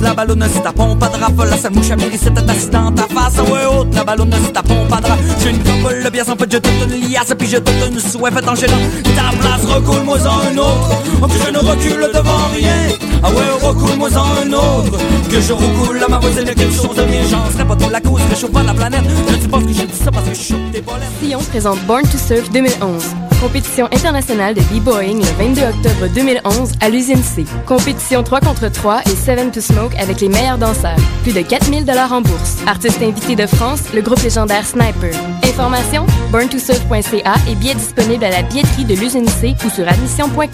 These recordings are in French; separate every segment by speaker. Speaker 1: Ah oh, ballonne, c'est ta pompe à drap. La seule mouche à mirer, c'est ta assise dans ta face. Ah Ouais, haute, la ballonne, c'est ta pompe à drap. J'ai une crampe, le bien sans fait, je te donne liasse, puis je te donne souhait, fait en gênant. Ta place, recoule-moi en un autre. oh, Que je ne recule devant rien. Ah ouais, recoule-moi en un autre. Que je recoule à ma voisine de quelque chose de bien. J'en serais pas trop la cause, réchauffe pas la planète. Je ne sais pas que j'ai dit ça parce que je chope tes bolettes.
Speaker 2: Sion présente Born to Surf 2011. Compétition internationale de b-boying le 22 octobre 2011 à l'usine C. Compétition 3 contre 3 et 7 to Smoke avec les meilleurs danseurs. Plus de 4000 dollars en bourse. Artistes invités de France, le groupe légendaire Sniper. Informations burntosurf.ca et billets disponibles à la billetterie de l'usine C ou sur admission.com.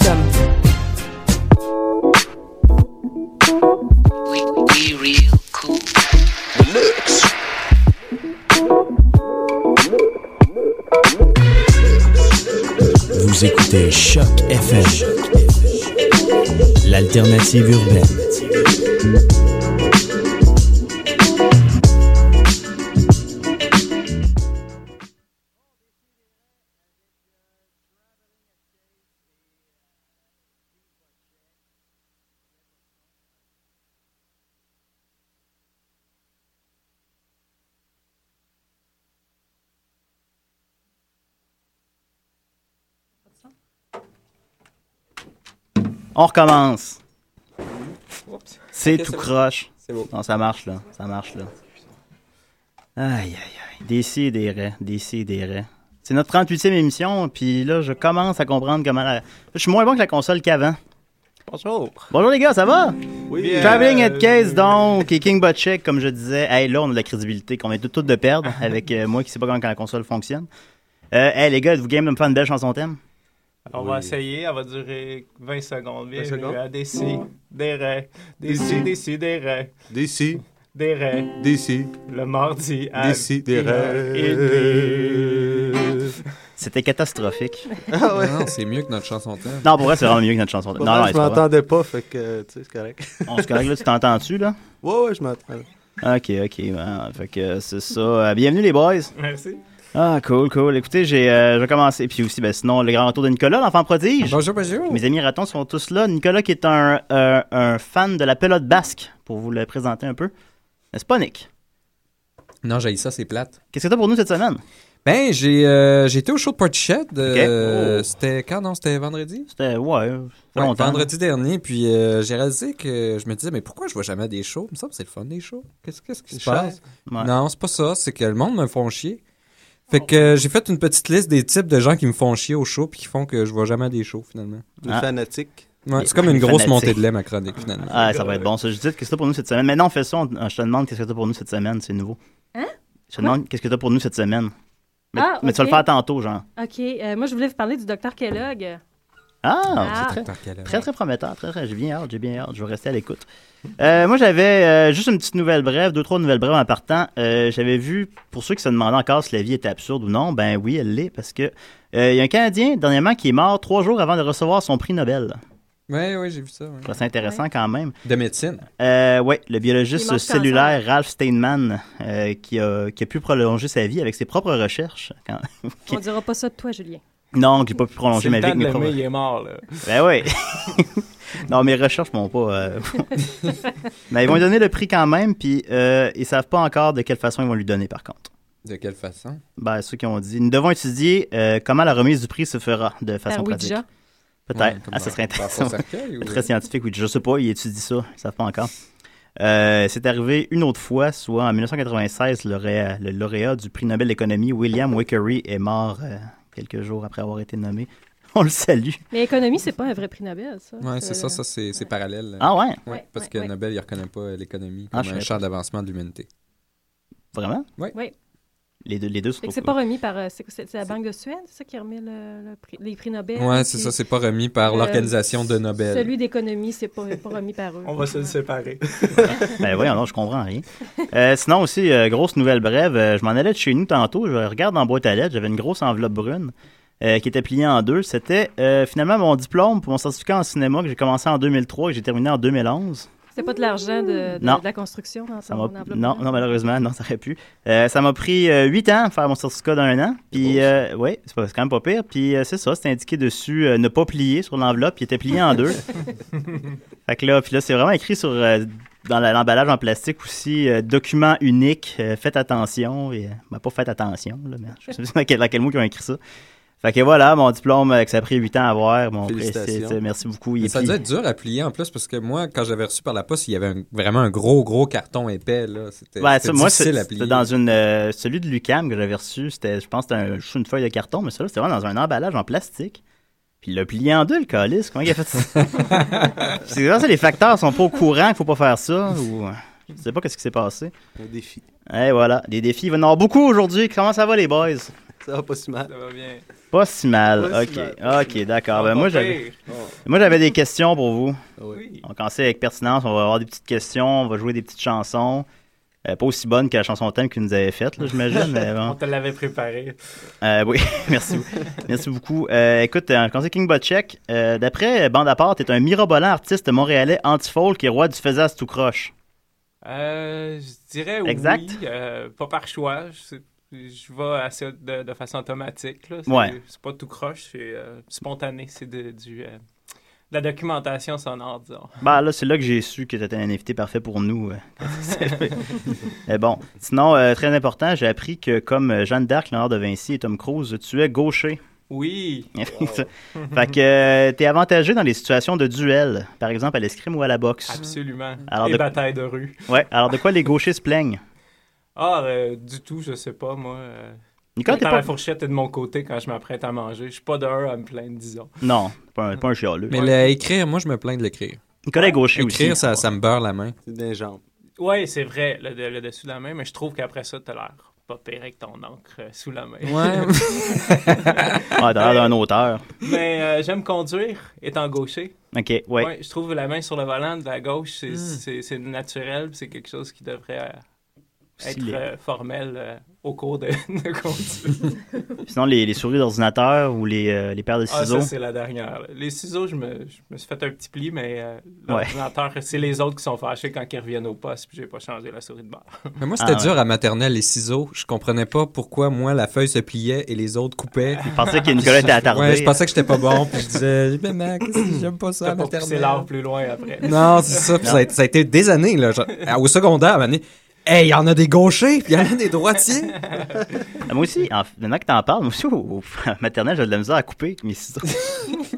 Speaker 3: Vous écoutez Choc FM, l'alternative urbaine. On recommence. C'est tout croche. Non, ça marche là. Ça marche là. Aïe, aïe, aïe. D'ici des raies. D'ici des raies. C'est notre 38e émission, puis là, je commence à comprendre comment. la- Je suis moins bon que la console qu'avant.
Speaker 4: Bonjour.
Speaker 3: Bonjour les gars, ça va?
Speaker 4: Oui,
Speaker 3: Traveling at
Speaker 4: euh,
Speaker 3: Case, donc, et King Botchek, comme je disais. Hey, là, on a de la crédibilité qu'on est tout, tout de perdre avec euh, moi qui sais pas comment la console fonctionne. Euh, hey les gars, vous game de me faire une belle chanson thème?
Speaker 4: On va essayer, elle va durer 20 secondes. Bienvenue
Speaker 5: secondes?
Speaker 4: à des si, des raies, des si, des si, des raies,
Speaker 5: D'ici,
Speaker 4: des raies,
Speaker 5: d'ici,
Speaker 4: le mardi à
Speaker 5: d'ici, des
Speaker 4: une heure et demie.
Speaker 5: rêves.
Speaker 3: C'était catastrophique.
Speaker 6: Non, c'est mieux que notre chanson thème.
Speaker 3: Non, Ah pour vrai, c'est vraiment mieux que notre chanson thème. Non, non, c'est
Speaker 5: je
Speaker 3: pas vrai.
Speaker 5: m'entendais pas, fait que,
Speaker 4: euh,
Speaker 5: tu sais, c'est correct.
Speaker 3: On se corrige là, tu t'entends-tu là?
Speaker 5: Ouais, ouais, je m'entends.
Speaker 3: Ok, ok, ben, fait que c'est ça. Euh, bienvenue les boys.
Speaker 4: Merci.
Speaker 3: Ah, cool, cool. Écoutez, j'ai, euh, je vais commencer. Puis aussi, ben, sinon, le grand retour de Nicolas, l'enfant prodige.
Speaker 6: Bonjour, bonjour.
Speaker 3: Mes amis ratons sont tous là. Nicolas qui est un, euh, un fan de la pelote basque, pour vous le présenter un peu. N'est-ce pas, Nick?
Speaker 6: Non, j'ai ça, c'est plate.
Speaker 3: Qu'est-ce que t'as pour nous cette semaine?
Speaker 6: Ben, j'ai euh, j'ai été au show de Portichet. euh,
Speaker 3: Ok. Oh.
Speaker 6: C'était quand? Non, c'était vendredi?
Speaker 3: C'était, ouais, ça fait
Speaker 6: Ouais,
Speaker 3: longtemps.
Speaker 6: vendredi dernier, puis euh, j'ai réalisé que je me disais, mais pourquoi je vois jamais à des shows? Il me semble que c'est le fun des shows. Qu'est-ce qu'est-ce qui se
Speaker 5: Cher.
Speaker 6: passe?
Speaker 3: Ouais. Oh.
Speaker 6: Non, c'est pas ça. C'est que le monde me font chier. Fait que euh, j'ai fait une petite liste des types de gens qui me font chier au show puis qui font que je vois jamais à des shows, finalement.
Speaker 5: Les
Speaker 3: Ah.
Speaker 5: fanatiques.
Speaker 6: Ouais,
Speaker 3: Les-
Speaker 6: c'est comme
Speaker 3: les
Speaker 6: une grosse
Speaker 3: fanatiques.
Speaker 6: montée de lait, ma chronique, finalement.
Speaker 3: Ah, ça va être bon. Ça, je dis, qu'est-ce que t'as pour nous cette semaine? Maintenant, on fait ça. on- ah, je te demande, qu'est-ce que t'as pour nous cette semaine? C'est nouveau.
Speaker 7: Hein?
Speaker 3: Je te demande, qu'est-ce que t'as pour nous cette semaine? Mais,
Speaker 7: Ah,
Speaker 3: mais tu vas le
Speaker 7: ok.
Speaker 3: faire tantôt, genre.
Speaker 7: OK, euh, moi, je voulais vous parler du docteur Kellogg.
Speaker 3: Ah,
Speaker 7: Ah.
Speaker 3: c'est très,
Speaker 6: Tant qu'à l'heure.
Speaker 3: Très, très prometteur. Très, très, j'ai bien hâte, j'ai bien hâte. Je vais rester à l'écoute. Euh, moi, j'avais euh, juste une petite nouvelle brève, deux, trois nouvelles brèves en partant. Euh, j'avais vu, pour ceux qui se demandaient encore si la vie était absurde ou non, ben oui, elle l'est, parce que euh, il y a un Canadien, dernièrement, qui est mort trois jours avant de recevoir son prix Nobel.
Speaker 6: Ouais, ouais, j'ai vu ça. ouais.
Speaker 3: Ça, C'est intéressant quand même.
Speaker 6: De médecine.
Speaker 3: Euh, oui, le biologiste
Speaker 7: Il mange
Speaker 3: cellulaire Ralph Steinman, euh, qui, a, qui a pu prolonger sa vie avec ses propres recherches. Quand-
Speaker 7: On dira pas ça de toi, Julien.
Speaker 3: Non, que j'ai pas pu prolonger
Speaker 4: C'est
Speaker 3: ma
Speaker 4: le
Speaker 3: vie avec
Speaker 4: temps de
Speaker 3: mes
Speaker 4: l'aimer,
Speaker 3: propres...
Speaker 4: il est mort, là.
Speaker 3: Ben oui. non, mes recherches m'ont pas. euh, Mais ils vont lui donner le prix quand même, puis euh, ils savent pas encore de quelle façon ils vont lui donner par contre.
Speaker 6: De quelle façon?
Speaker 3: Ben, ceux qui ont dit, nous devons étudier euh, comment la remise du prix se fera de façon
Speaker 7: Par
Speaker 3: pratique.
Speaker 7: Ouija.
Speaker 3: Peut-être.
Speaker 6: Ouais, comme
Speaker 3: ah, ça
Speaker 6: dans-
Speaker 3: serait
Speaker 6: dans
Speaker 3: intéressant.
Speaker 6: son cercueil, ou-
Speaker 3: Très scientifique, oui. Je sais pas, ils étudient ça. Ils savent pas encore. Euh, c'est arrivé une autre fois, soit en 1996, le lauréat, le lauréat du prix Nobel d'économie, William Wickery, est mort euh, quelques jours après avoir été nommé. On le salue.
Speaker 7: Mais économie, c'est pas un vrai prix Nobel, ça.
Speaker 6: Ouais, c'est ça, ça, c'est c'est parallèle.
Speaker 3: Ah ouais?
Speaker 6: Ouais,
Speaker 7: Euh, Ouais,
Speaker 6: parce
Speaker 7: ouais,
Speaker 6: que
Speaker 7: ouais.
Speaker 6: Nobel, il reconnaît pas euh, l'économie
Speaker 3: Ah,
Speaker 6: comme
Speaker 3: je
Speaker 6: un
Speaker 3: savais
Speaker 6: champ d'avancement de l'humanité.
Speaker 3: Vraiment?
Speaker 6: Oui.
Speaker 7: Oui.
Speaker 3: Les deux, les deux sont
Speaker 7: Fait que c'est pas remis par... euh, c'est c'est la Banque de Suède, c'est ça, qui remet le, le prix- les prix Nobel?
Speaker 6: Ouais, c'est
Speaker 7: puis
Speaker 6: ça, c'est pas remis par
Speaker 7: Euh,
Speaker 6: l'organisation de Nobel.
Speaker 7: Celui d'économie, c'est pas, pas remis par eux.
Speaker 4: On va se le séparer.
Speaker 3: Ben voyons, non, je comprends rien. Euh, sinon aussi, euh, grosse nouvelle brève, euh, je m'en allais de chez nous tantôt, je regarde dans la boîte à lettres, j'avais une grosse enveloppe brune euh, qui était pliée en deux. C'était euh, finalement mon diplôme pour mon certificat en cinéma que j'ai commencé en 2003 et que j'ai terminé en 2011.
Speaker 7: C'était pas de l'argent de, de-
Speaker 3: Non.
Speaker 7: de la construction dans
Speaker 3: Ça
Speaker 7: ton
Speaker 3: m'a...
Speaker 7: enveloppe? hein?
Speaker 3: Non, non, malheureusement, non, ça aurait pu. Euh, ça m'a pris euh, huit ans de faire mon certificat d'un an. Puis, euh, ouais, c'est, pas- c'est quand même pas pire. Puis, euh, c'est ça, c'était indiqué dessus euh, ne pas plier sur l'enveloppe, puis il était plié en deux. fait que là, puis là, c'est vraiment écrit sur euh, dans la- l'emballage en plastique aussi, euh, document unique, euh, faites attention. Et, euh, ben, pas faites attention, là, mais je sais pas dans quel, dans quel mot ils ont écrit ça. Fait que voilà, mon diplôme euh, que ça a pris 8 ans à avoir. Mon pré-
Speaker 5: Félicitations.
Speaker 3: c'est- merci beaucoup.
Speaker 6: Mais
Speaker 3: Et
Speaker 6: ça
Speaker 3: puis-
Speaker 6: doit être dur à plier en plus parce que moi, quand j'avais reçu par la poste, il y avait un- vraiment un gros, gros carton épais. là. C'était
Speaker 3: Ouais,
Speaker 6: c'était
Speaker 3: ça, moi, c'est-
Speaker 6: difficile à
Speaker 3: c'était
Speaker 6: plier.
Speaker 3: dans une. euh, celui de Lucam que j'avais reçu, c'était, je pense, c'était un- juste une feuille de carton, mais ça, c'était vraiment dans un emballage en plastique. Puis il l'a plié en deux, le calice. Comment il a fait ça? c'est vrai, ça, les facteurs sont pas au courant qu'il faut pas faire ça. Ou... euh, Je sais pas qu'est-ce qui s'est passé.
Speaker 5: Un défi.
Speaker 3: Et voilà, des défis. Il va y en avoir beaucoup aujourd'hui. Comment ça va, les boys?
Speaker 5: Ça va pas si mal.
Speaker 4: Ça va bien.
Speaker 3: Pas si mal.
Speaker 5: Pas
Speaker 3: ok,
Speaker 5: si mal, pas
Speaker 3: ok, d'accord. Ben,
Speaker 4: Pas
Speaker 3: moi,
Speaker 4: pire.
Speaker 3: j'avais, Ah moi, j'avais des questions pour vous.
Speaker 4: Oui.
Speaker 3: On va commencer avec pertinence. On va avoir des petites questions. On va jouer des petites chansons. Euh, pas aussi bonnes que la chanson thème qu'ils nous avaient faite, là, j'imagine. mais bon.
Speaker 4: On te l'avait préparé.
Speaker 3: Euh, oui, merci. beaucoup. merci beaucoup. Euh, écoute, euh, je conseille King Botchek. Euh, D'après Bande à part, t'es un mirobolant artiste montréalais anti-folk qui est roi du faisasse tout croche.
Speaker 4: Euh, je dirais oui.
Speaker 3: Exact.
Speaker 4: euh, pas par choix. Je, sais- je vais à ça de, de façon automatique. là. C'est,
Speaker 3: Ouais.
Speaker 4: c'est pas tout croche, c'est euh, spontané. C'est de, du, euh, de la documentation sonore, disons.
Speaker 3: Bah là, c'est là que j'ai su que t'étais un invité parfait pour nous. euh, quand ça s'est fait. Mais bon, sinon, euh, très important, j'ai appris que comme euh, Jeanne d'Arc, Léonard de Vinci et Tom Cruise, tu es gaucher.
Speaker 4: Oui.
Speaker 3: fait que euh, t'es avantagé dans les situations de duel, par exemple à l'escrime ou à la boxe.
Speaker 4: Absolument.
Speaker 3: Alors,
Speaker 4: Les
Speaker 3: de-
Speaker 4: batailles de rue.
Speaker 3: Ouais, alors de quoi les gauchers se plaignent?
Speaker 4: Ah, euh, du tout, je sais pas, moi. euh,
Speaker 3: Nicolas, t'es
Speaker 4: autant
Speaker 3: pas...
Speaker 4: la fourchette est de mon côté quand je m'apprête à manger. Je suis pas de un à me plaindre, disons.
Speaker 3: Non, t'es pas un, pas un chialeux.
Speaker 6: Mais le- écrire, moi, je me plains de l'écrire.
Speaker 3: Nicolas est gaucher aussi.
Speaker 6: Écrire, ça, ça me beurre la main.
Speaker 5: C'est des jambes.
Speaker 4: Oui, c'est vrai, le, le dessus de la main, mais je trouve qu'après ça, t'as l'air pas pire avec ton encre euh, sous la main.
Speaker 6: Ouais.
Speaker 3: Ah, t'as l'air d'un auteur.
Speaker 4: mais euh, j'aime conduire, étant gaucher.
Speaker 3: OK, ouais.
Speaker 4: Ouais, je trouve la main sur le volant de la gauche, c'est-
Speaker 6: Hmm.
Speaker 4: c'est c'est naturel, puis c'est quelque chose qui devrait euh, être
Speaker 3: Stylé.
Speaker 4: euh, formel euh, au cours de, de conduite.
Speaker 3: Sinon, les, les souris d'ordinateur ou les, euh, les paires de
Speaker 4: Ah, ça,
Speaker 3: ciseaux.
Speaker 4: c'est la dernière. là. Les ciseaux, je me, je me suis fait un petit pli, mais euh,
Speaker 3: Ouais.
Speaker 4: l'ordinateur, c'est les autres qui sont fâchés quand ils reviennent au poste, puis j'ai pas changé la souris de barre.
Speaker 6: Mais moi, c'était
Speaker 3: Ah, ouais.
Speaker 6: dur à maternelle, les ciseaux. Je comprenais pas pourquoi, moi, la feuille se pliait et les autres coupaient.
Speaker 3: je pensais que Nicolas était attardé.
Speaker 6: Ouais, je pensais que j'étais pas bon, puis je disais, mais mec, j'aime pas ça à
Speaker 4: T'as pas poussé
Speaker 6: maternelle.
Speaker 4: l'art plus loin après.
Speaker 6: Non, c'est ça. Puis ça, a, été- ça a été des années, là. Genre, à- au secondaire, à un moment donné, hey, il y en a des gauchers, puis il y en a des droitiers.
Speaker 3: Ah, Moi aussi, en- maintenant que t'en parles, moi aussi, au, au- à maternelle, j'avais de la misère à couper avec mes ciseaux.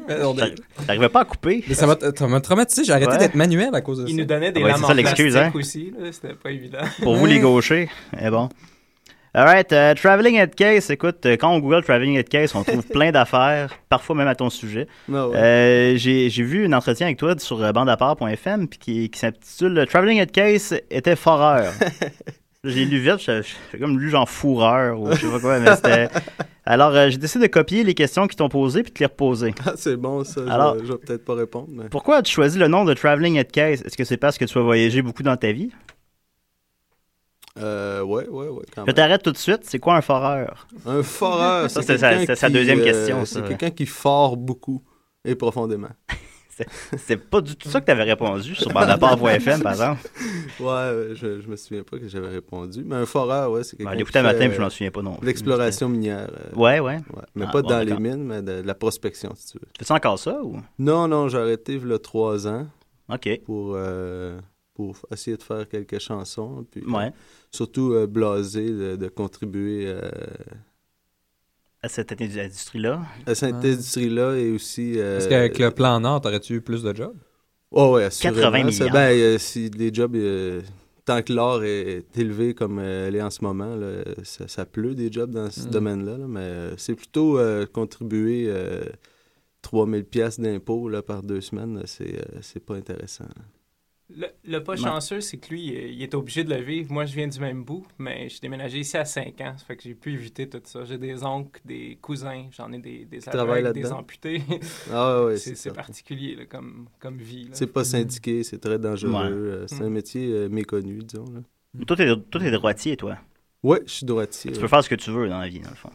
Speaker 6: Mais on est-
Speaker 3: J'arrivais pas à couper.
Speaker 6: Mais ça m'a ça m'a traumatisé. J'ai arrêté
Speaker 3: Ouais.
Speaker 6: d'être manuel à cause de ça.
Speaker 4: Ils nous donnaient des
Speaker 3: Ah ouais,
Speaker 4: lames
Speaker 3: c'est ça
Speaker 4: en
Speaker 3: l'excuse,
Speaker 4: plastique
Speaker 3: hein.
Speaker 4: aussi, là, c'était pas évident.
Speaker 3: Pour vous, les gauchers. Mais bon. Alright, euh, Traveling at Case. Écoute, euh, quand on Google Traveling at Case, on trouve plein d'affaires, parfois même à ton sujet.
Speaker 5: Non, ouais.
Speaker 3: Euh, J'ai j'ai vu un entretien avec toi sur euh, bandeapart.fm puis qui, qui s'intitule euh, Traveling at Case était foreur. J'ai lu vite, j'ai j'ai comme lu genre fourreur ou je sais pas quoi, mais c'était. Alors, euh, j'ai décidé de copier les questions qui t'ont posées puis de te les reposer.
Speaker 5: Ah, c'est bon, ça. je-
Speaker 3: Alors-
Speaker 5: je, vais peut-être pas répondre, mais
Speaker 3: Pourquoi as-tu choisi le nom de Traveling at Case Est-ce que c'est parce que tu as voyagé beaucoup dans ta vie
Speaker 5: euh, ouais, ouais, ouais, quand
Speaker 3: Je
Speaker 5: même.
Speaker 3: t'arrête tout de suite, c'est quoi un foreur
Speaker 5: Un foreur,
Speaker 3: Ça,
Speaker 5: c'est
Speaker 3: c'est sa-
Speaker 5: quelqu'un
Speaker 3: c'est sa
Speaker 5: qui,
Speaker 3: deuxième
Speaker 5: euh,
Speaker 3: question, ça,
Speaker 5: C'est
Speaker 3: ouais.
Speaker 5: quelqu'un qui fort beaucoup et profondément.
Speaker 3: C'est pas du tout ça que t'avais répondu sur bandeapart.fm, par exemple.
Speaker 5: Ouais, euh, je, je me souviens pas que j'avais répondu, mais un foreur, ouais, c'est
Speaker 3: Ben,
Speaker 5: quelqu'un
Speaker 3: je
Speaker 5: qui
Speaker 3: l'écoutais un
Speaker 5: fait,
Speaker 3: matin, puis je
Speaker 5: euh,
Speaker 3: m'en souviens pas non plus.
Speaker 5: L'exploration minière. euh,
Speaker 3: Ouais, ouais.
Speaker 5: ouais. Mais
Speaker 3: Ah,
Speaker 5: pas
Speaker 3: bon,
Speaker 5: dans les
Speaker 3: d'accord.
Speaker 5: mines, mais de, de la prospection, si tu veux.
Speaker 3: Fais-tu encore ça ou
Speaker 5: Non, non, j'ai arrêté il y a trois ans
Speaker 3: Ok.
Speaker 5: pour, euh, pour essayer de faire quelques chansons. Puis, euh,
Speaker 3: Ouais.
Speaker 5: Surtout euh, blasé de, de contribuer euh,
Speaker 3: À cette industrie-là.
Speaker 5: à cette
Speaker 6: Ah.
Speaker 5: industrie-là et aussi. euh,
Speaker 6: Parce qu'avec le plan Nord, t'aurais-tu eu plus de jobs?
Speaker 5: Oh, ouais, assurément.
Speaker 3: 80
Speaker 5: Ça,
Speaker 3: millions.
Speaker 5: Ben, euh, si les jobs. euh, tant que l'or est, est élevé comme euh, elle est en ce moment, là, ça, ça pleut des jobs dans ce
Speaker 6: Mm.
Speaker 5: domaine-là. là, mais euh, c'est plutôt euh, contribuer. euh, 3000 pièces d'impôts là, par deux semaines, là, c'est, euh, c'est pas intéressant. là.
Speaker 4: Le, le pas
Speaker 3: Ouais.
Speaker 4: chanceux, c'est que lui, il est obligé de le vivre. Moi, je viens du même bout, mais j'ai déménagé ici à 5 ans. Ça fait que j'ai pu éviter tout ça. J'ai des oncles, des cousins, j'en ai des, des
Speaker 5: travailles
Speaker 4: aveugles, des
Speaker 5: là-dedans?
Speaker 4: amputés.
Speaker 5: Ah, ouais, ouais,
Speaker 4: c'est c'est
Speaker 5: ça.
Speaker 4: particulier là, comme, comme vie. là.
Speaker 5: C'est pas syndiqué, c'est très dangereux.
Speaker 3: Mm. Ouais. Mm.
Speaker 5: euh, C'est un métier euh, méconnu, disons. Là.
Speaker 3: Toi, t'es, toi, t'es droitier, toi.
Speaker 5: Ouais, je suis droitier.
Speaker 3: Tu peux faire ce que tu veux dans la vie, dans le fond.